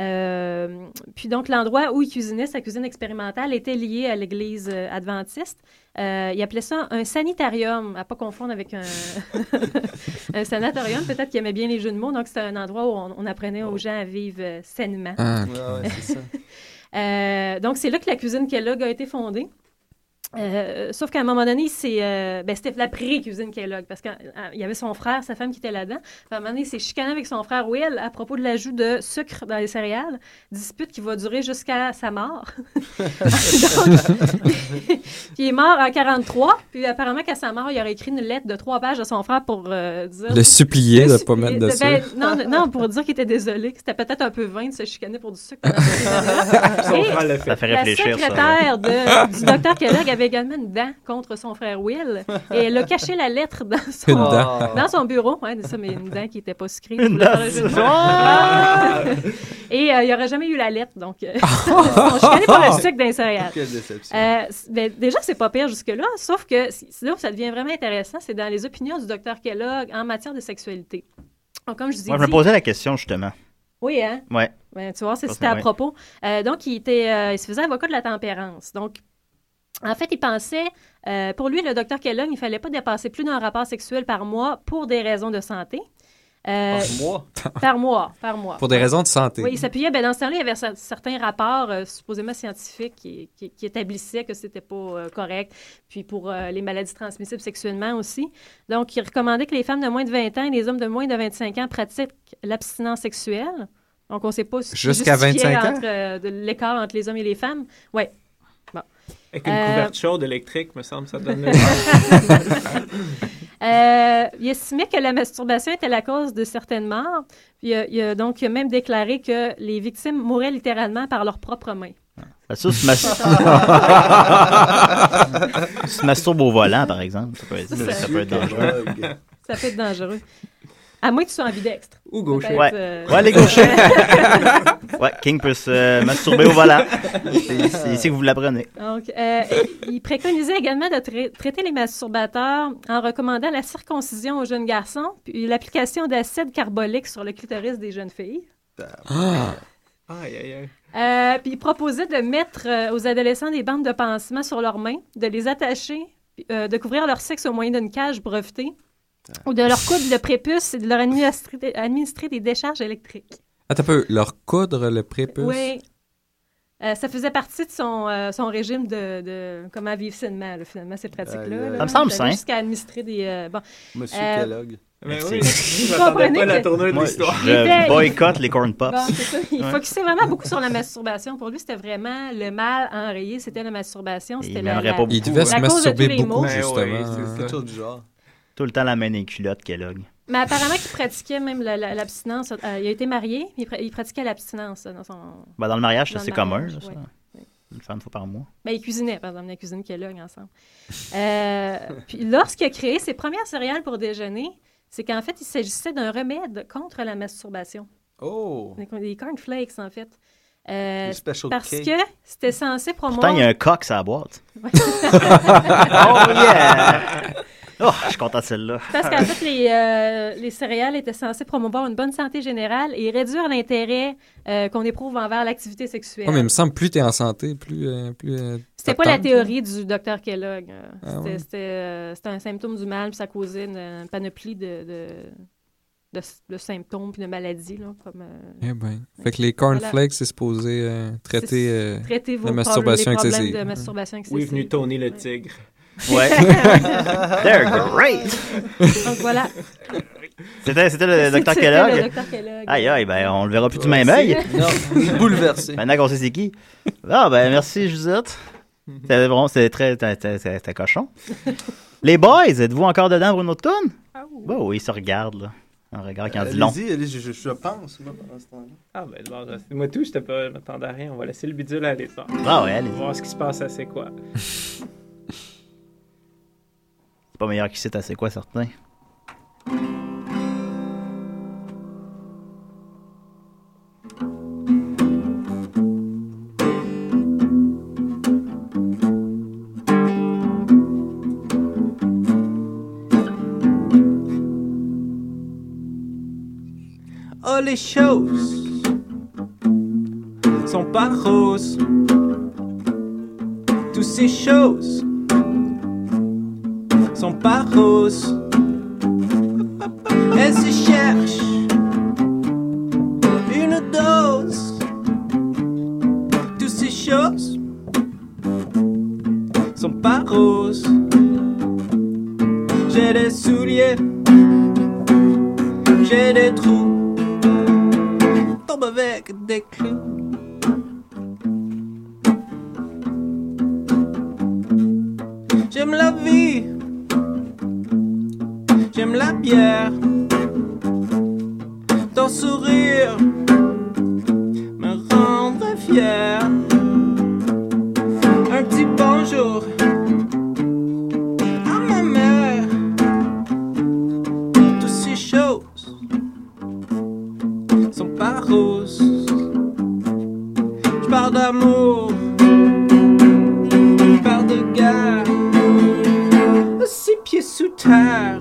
Speaker 7: Euh, puis donc, l'endroit où il cuisinait, sa cuisine expérimentale, était lié à l'Église euh, adventiste. Euh, il appelait ça un sanitarium, à pas confondre avec un, un sanatorium. Peut-être qu'il aimait bien les jeux de mots, donc c'était un endroit où on, on apprenait aux gens à vivre euh, sainement.
Speaker 6: Ah,
Speaker 7: Euh, donc, c'est là que la cuisine Kellogg a été fondée. Euh, sauf qu'à un moment donné, c'est, euh, ben, c'était la pré-cuisine Kellogg, parce qu'il y avait son frère, sa femme qui était là-dedans. Puis, À un moment donné, il s'est chicané avec son frère Will à propos de l'ajout de sucre dans les céréales, dispute qui va durer jusqu'à sa mort. Donc, il est mort en 43, puis apparemment qu'à sa mort, il aurait écrit une lettre de trois pages à son frère pour euh, dire...
Speaker 6: Le supplier de pas mettre de
Speaker 7: Ben,
Speaker 6: sucre.
Speaker 7: non, non, non, pour dire qu'il était désolé, que c'était peut-être un peu vain de se chicaner pour du sucre. pendant des années. Et-
Speaker 4: Comprends le fait.
Speaker 3: Ça fait
Speaker 7: la
Speaker 3: réfléchir, ça. hein. ouais.
Speaker 7: secrétaire de- du docteur Kellogg avait également une dent contre son frère Will et elle a caché la lettre dans son,
Speaker 6: Une dent.
Speaker 7: dans son bureau. Ouais, c'est ça, mais une dent qui n'était pas sucrée.
Speaker 3: Une
Speaker 7: Pour
Speaker 3: dent,
Speaker 7: faire un jeu de
Speaker 3: c'est-
Speaker 7: mots. et euh, il n'y aurait jamais eu la lettre, donc euh, on chicanait pour le sucre d'un céréales.
Speaker 5: Quelle déception.
Speaker 7: Euh, c- ben, déjà, c'est pas pire jusque-là, sauf que c- c'est là où ça devient vraiment intéressant, c'est dans les opinions du docteur Kellogg en matière de sexualité. Donc, comme je vous ai
Speaker 3: Moi, je me
Speaker 7: dit-
Speaker 3: posais la question justement.
Speaker 7: Oui, hein?
Speaker 3: Ouais.
Speaker 7: Ben, tu vois, c'est-
Speaker 3: Je pense
Speaker 7: c'était
Speaker 3: que
Speaker 7: à
Speaker 3: oui.
Speaker 7: propos. Euh, donc, il, était, euh, il se faisait avocat de la tempérance. Donc, en fait, il pensait, euh, pour lui, le docteur Kellogg, il ne fallait pas dépasser plus d'un rapport sexuel par mois pour des raisons de santé. Euh,
Speaker 1: Moi,
Speaker 7: par mois, par mois.
Speaker 6: Pour des raisons de santé.
Speaker 7: Oui, il s'appuyait. Ben, dans ce temps-là, il y avait cer- certains rapports euh, supposément scientifiques qui, qui- qui établissaient que c'était pas euh, correct. Puis pour euh, les maladies transmissibles sexuellement aussi. Donc, il recommandait que les femmes de moins de 20 ans et les hommes de moins de 25 ans pratiquent l'abstinence sexuelle. Donc, on ne sait pas ce qui
Speaker 6: Jusqu'à
Speaker 7: justifiait
Speaker 6: 25 ans?
Speaker 7: entre, euh, de l'écart entre les hommes et les femmes. Oui.
Speaker 4: Avec une
Speaker 7: Euh,
Speaker 4: couverture chaude électrique, me semble, ça donne.
Speaker 7: Euh, il estimait que la masturbation était la cause de certaines morts. Puis, euh, il a donc il a même déclaré que les victimes mouraient littéralement par leurs propres mains.
Speaker 3: Ben, ça, se, mas- se masturbe au volant, par exemple. Ça peut être,
Speaker 7: Ça,
Speaker 3: ça peut être dangereux.
Speaker 7: Ça peut être dangereux. À moins que tu sois ambidextre.
Speaker 4: Ou gauche.
Speaker 7: Peut-être,
Speaker 3: Ouais.
Speaker 7: euh,
Speaker 3: Ouais, les gauchers. ouais, King peut se masturber au volant. C'est c'est ici que vous l'apprenez.
Speaker 7: donc, euh, il préconisait également de tra- traiter les masturbateurs en recommandant la circoncision aux jeunes garçons, puis l'application d'acide carbolique sur le clitoris des jeunes filles.
Speaker 4: Aïe, aïe, aïe.
Speaker 7: Euh, puis il proposait de mettre euh, aux adolescents des bandes de pansement sur leurs mains, de les attacher, puis, euh, de couvrir leur sexe au moyen d'une cage brevetée, ou de leur coudre le prépuce et de leur administrer, administrer des décharges électriques.
Speaker 6: Attends un peu, leur coudre le prépuce.
Speaker 7: Oui. Euh, ça faisait partie de son, euh, son régime de, de comment vivre sainement, là, finalement, ces pratiques-là.
Speaker 5: Aïe, aïe.
Speaker 7: là.
Speaker 3: Ça me semble
Speaker 7: Vous
Speaker 3: sain.
Speaker 7: allez Jusqu'à administrer des. euh, bon.
Speaker 5: Monsieur
Speaker 7: Euh,
Speaker 5: Kellogg.
Speaker 4: Mais
Speaker 3: Merci.
Speaker 4: Ben oui, je m'attendais
Speaker 7: comprenez
Speaker 4: pas à la
Speaker 7: que-
Speaker 4: tournure de
Speaker 3: Moi,
Speaker 4: l'histoire.
Speaker 3: je boycotte les corn pops.
Speaker 7: Bon, c'est ça. Il
Speaker 3: Ouais.
Speaker 7: focusait vraiment beaucoup sur la masturbation. Pour lui, c'était vraiment le mal à enrayer, c'était la masturbation.
Speaker 3: Il
Speaker 7: C'était la,
Speaker 3: n'aimerait
Speaker 7: la-
Speaker 3: pas
Speaker 6: Il
Speaker 3: beaucoup.
Speaker 6: devait
Speaker 3: hein.
Speaker 6: se
Speaker 7: La cause de tous
Speaker 6: masturber
Speaker 7: les
Speaker 6: beaucoup,
Speaker 7: maux.
Speaker 4: Ben
Speaker 6: justement.
Speaker 4: oui, c'est
Speaker 5: Quelque chose du genre.
Speaker 3: Tout le temps la main des culottes, Kellogg.
Speaker 7: Mais apparemment, qu'il pratiquait même la- la- l'abstinence. Euh, il a été marié, mais il, pra- il pratiquait l'abstinence euh, dans son.
Speaker 3: Ben, dans le mariage,
Speaker 7: Dans
Speaker 3: ça,
Speaker 7: le
Speaker 3: c'est commun.
Speaker 7: mariage,
Speaker 3: là, ça.
Speaker 7: ouais.
Speaker 3: Une femme, une fois par mois.
Speaker 7: Ben, il cuisinait, par exemple, la cuisine Kellogg ensemble. Euh, puis lorsqu'il a créé ses premières céréales pour déjeuner, c'est qu'en fait, il s'agissait d'un remède contre la masturbation.
Speaker 5: Oh!
Speaker 7: Des, des cornflakes, en fait. Euh,
Speaker 5: Des special
Speaker 7: parce
Speaker 5: cake.
Speaker 7: que c'était censé
Speaker 3: Pourtant,
Speaker 7: promouvoir...
Speaker 3: il y a un coq à la boîte.
Speaker 7: Ouais.
Speaker 3: oh yeah! Oh, je suis content de celle-là.
Speaker 7: Parce qu'en fait, les, euh, les céréales étaient censées promouvoir une bonne santé générale et réduire l'intérêt euh, qu'on éprouve envers l'activité sexuelle.
Speaker 6: Ouais, Oh, mais il me semble plus t'es en santé, plus. euh, plus euh,
Speaker 7: C'était pas la
Speaker 6: t'attends.
Speaker 7: théorie du docteur Kellogg. euh.
Speaker 6: Ah
Speaker 7: C'était-
Speaker 6: ouais.
Speaker 7: C'était euh, c'était un symptôme du mal, puis ça causait une, une panoplie de, de, de, de symptômes puis de maladies. Là, comme, euh,
Speaker 6: Eh ben. Fait que les cornflakes, c'est supposé euh, traiter. euh,
Speaker 7: traiter vos
Speaker 6: La
Speaker 7: problèmes-
Speaker 6: masturbation
Speaker 7: les problèmes
Speaker 6: excessive.
Speaker 7: de masturbation excessive.
Speaker 4: Oui, est venu Tony le tigre.
Speaker 3: Ouais. They're great!
Speaker 7: Donc voilà.
Speaker 3: C'était, c'était le docteur
Speaker 7: C'était le
Speaker 3: Kellogg.
Speaker 7: docteur Kellogg.
Speaker 3: Aïe, aïe, ben, on le verra plus du même œil.
Speaker 5: Non, bouleversé.
Speaker 3: Maintenant qu'on sait c'est qui. Ah, ben, merci, Josette. C'était vraiment, c'était très, c'était- c'était c'était cochon. Les boys, êtes-vous encore dedans pour une autre toune? Wow, ils se regardent, là. Un regard qui en dit long.
Speaker 5: Allez-y, allez, je, je, je pense, moi, pendant ce temps-là.
Speaker 4: Ah, ben, bon, je- moi tout, j'étais pas, je m'attendais à rien. On va laisser le bidule aller fort.
Speaker 3: Ah ouais,
Speaker 4: On va
Speaker 3: allez-y.
Speaker 4: voir ce qui se passe à c'est quoi.
Speaker 3: C'est pas meilleur qu'ici, t'as c'est quoi, certain.
Speaker 4: Oh, les choses sont pas roses. Toutes ces choses sont pas roses. Elles se cherchent une dose. Toutes ces choses sont pas roses. J'ai des souliers, j'ai des trous tombe avec des clous. J'aime la vie, j'aime la bière, ton sourire me rendre fier. Un petit bonjour à ma mère, toutes ces choses sont pas roses. Je parle d'amour, je parle de guerre, six pieds sous terre.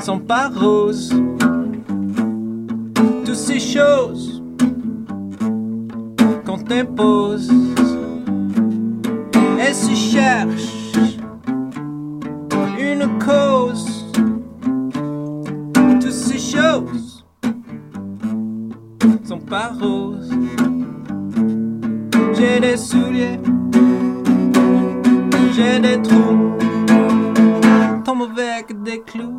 Speaker 8: sont pas roses. Toutes ces choses qu'on t'impose, elles se cherchent une cause. Toutes ces choses sont pas roses. J'ai des souliers, j'ai des trous, tombe avec des clous.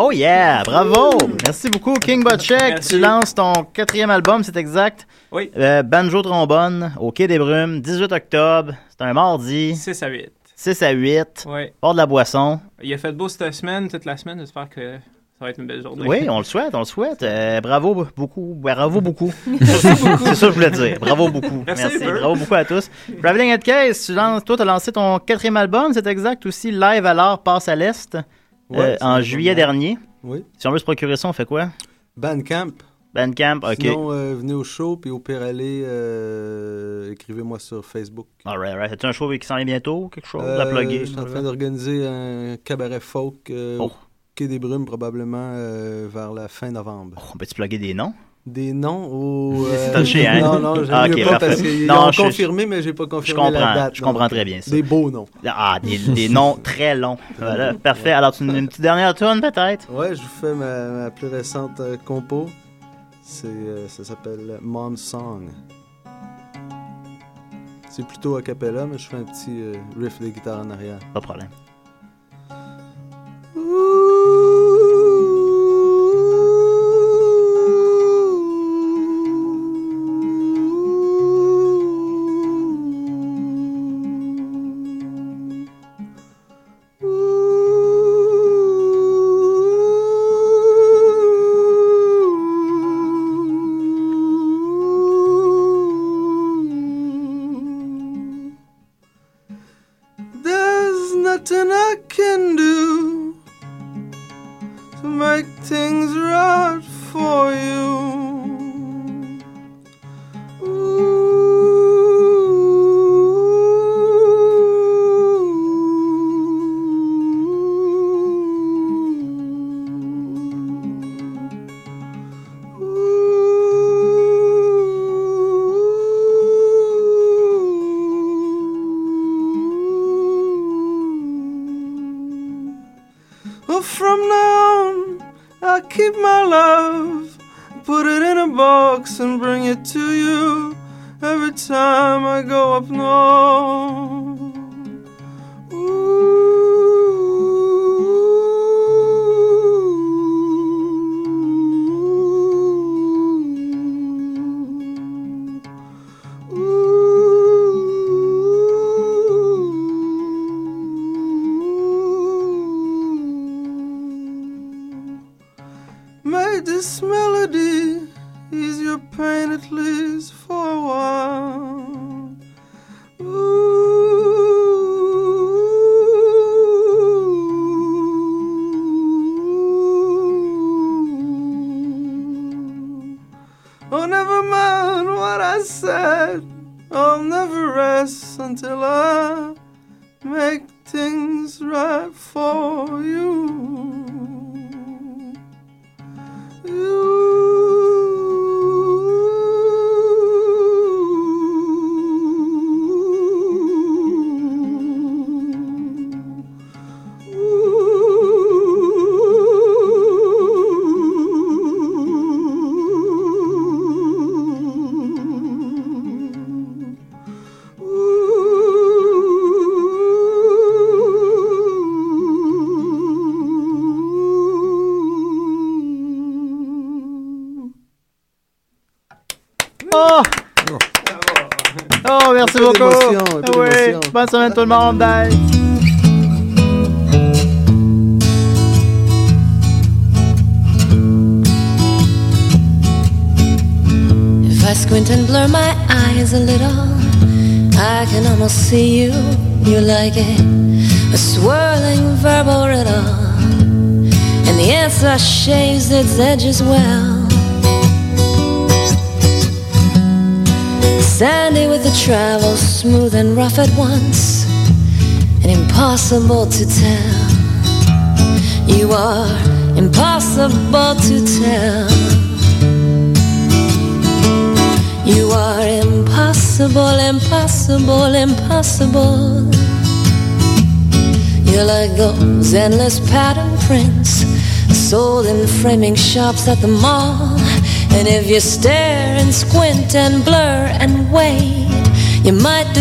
Speaker 3: Oh yeah, bravo! Merci beaucoup, King Butchek.
Speaker 8: Merci.
Speaker 3: Tu lances ton quatrième album, c'est exact.
Speaker 8: Oui.
Speaker 3: Euh, Banjo Trombone, au Quai des Brumes, 18 octobre. C'est un mardi,
Speaker 8: 6 à 8.
Speaker 3: 6 à 8,
Speaker 8: Ouais.
Speaker 3: hors de la boisson.
Speaker 8: Il a fait beau cette semaine, toute la semaine. J'espère que ça va être une belle journée.
Speaker 3: Oui, on le souhaite, on le souhaite. Euh, bravo beaucoup, bravo beaucoup. c'est ça que je voulais dire. Bravo beaucoup.
Speaker 8: Merci,
Speaker 3: Merci,
Speaker 8: Hubert.
Speaker 3: bravo beaucoup à tous. Traveling at Case, tu lances, toi, tu as lancé ton quatrième album, c'est exact, aussi Live à l'art passe à l'Est, euh,
Speaker 5: Ouais, c'est
Speaker 3: en
Speaker 5: un
Speaker 3: juillet
Speaker 5: bon
Speaker 3: dernier.
Speaker 5: Oui.
Speaker 3: Si on veut se procurer ça, on fait quoi?
Speaker 9: Bandcamp.
Speaker 3: Bandcamp, OK.
Speaker 9: Sinon, euh, venez au show, puis au Père Allée, euh, écrivez-moi sur Facebook.
Speaker 3: All right, all right. As-tu un show qui s'en vient bientôt, quelque chose à
Speaker 9: Euh,
Speaker 3: plugger?
Speaker 9: Je suis en train d'organiser un cabaret folk euh, au
Speaker 3: Oh.
Speaker 9: Quai des Brumes, probablement euh, vers la fin novembre.
Speaker 3: Oh, on peut-tu plugger des noms?
Speaker 9: Des noms au.
Speaker 3: C'est touché, hein?
Speaker 9: Non, non, j'aime
Speaker 3: Ah,
Speaker 9: mieux
Speaker 3: ok,
Speaker 9: pas
Speaker 3: parfait.
Speaker 9: parce qu'ils
Speaker 3: Non,
Speaker 9: ont
Speaker 3: je-
Speaker 9: confirmé, mais j'ai pas
Speaker 3: Je
Speaker 9: confirmé la
Speaker 3: comprends,
Speaker 9: date.
Speaker 3: je
Speaker 9: non.
Speaker 3: comprends très bien ça.
Speaker 9: Des beaux noms.
Speaker 3: Ah, des, des noms très longs. Voilà, parfait. Alors, tu, une petite dernière tune peut-être?
Speaker 9: Ouais, je vous fais ma, ma plus récente euh, compo. C'est, euh, ça s'appelle Mom Song. C'est plutôt a cappella, mais je fais un petit euh, riff de guitare en arrière.
Speaker 3: Pas de problème.
Speaker 9: There's nothing I can do to make things right for you. Oh, From now on, I keep my love, put it in a box and bring it to you every time I go up north. Ooh. Ooh. May this melody ease your pain at least for a
Speaker 8: Oh,
Speaker 9: while. Ooh. Oh, never mind what I said. I'll never rest until I make things right for you. You.
Speaker 3: Oh! Oh, merci
Speaker 9: Un peu
Speaker 3: beaucoup!
Speaker 9: d'émotion, un peu
Speaker 3: Ah oui.
Speaker 9: d'émotion.
Speaker 3: Bonne semaine tout le monde, bye!
Speaker 10: If I squint and blur my eyes a little, I can almost see you. You like it, a swirling verbal riddle, and the answer shaves its edges well. Sandy with the travel, smooth and rough at once, and impossible to tell. You are impossible to tell. You are impossible, impossible, impossible. You're like those endless pattern prints sold in framing shops at the mall. And if you stare and squint and blur and wait, you might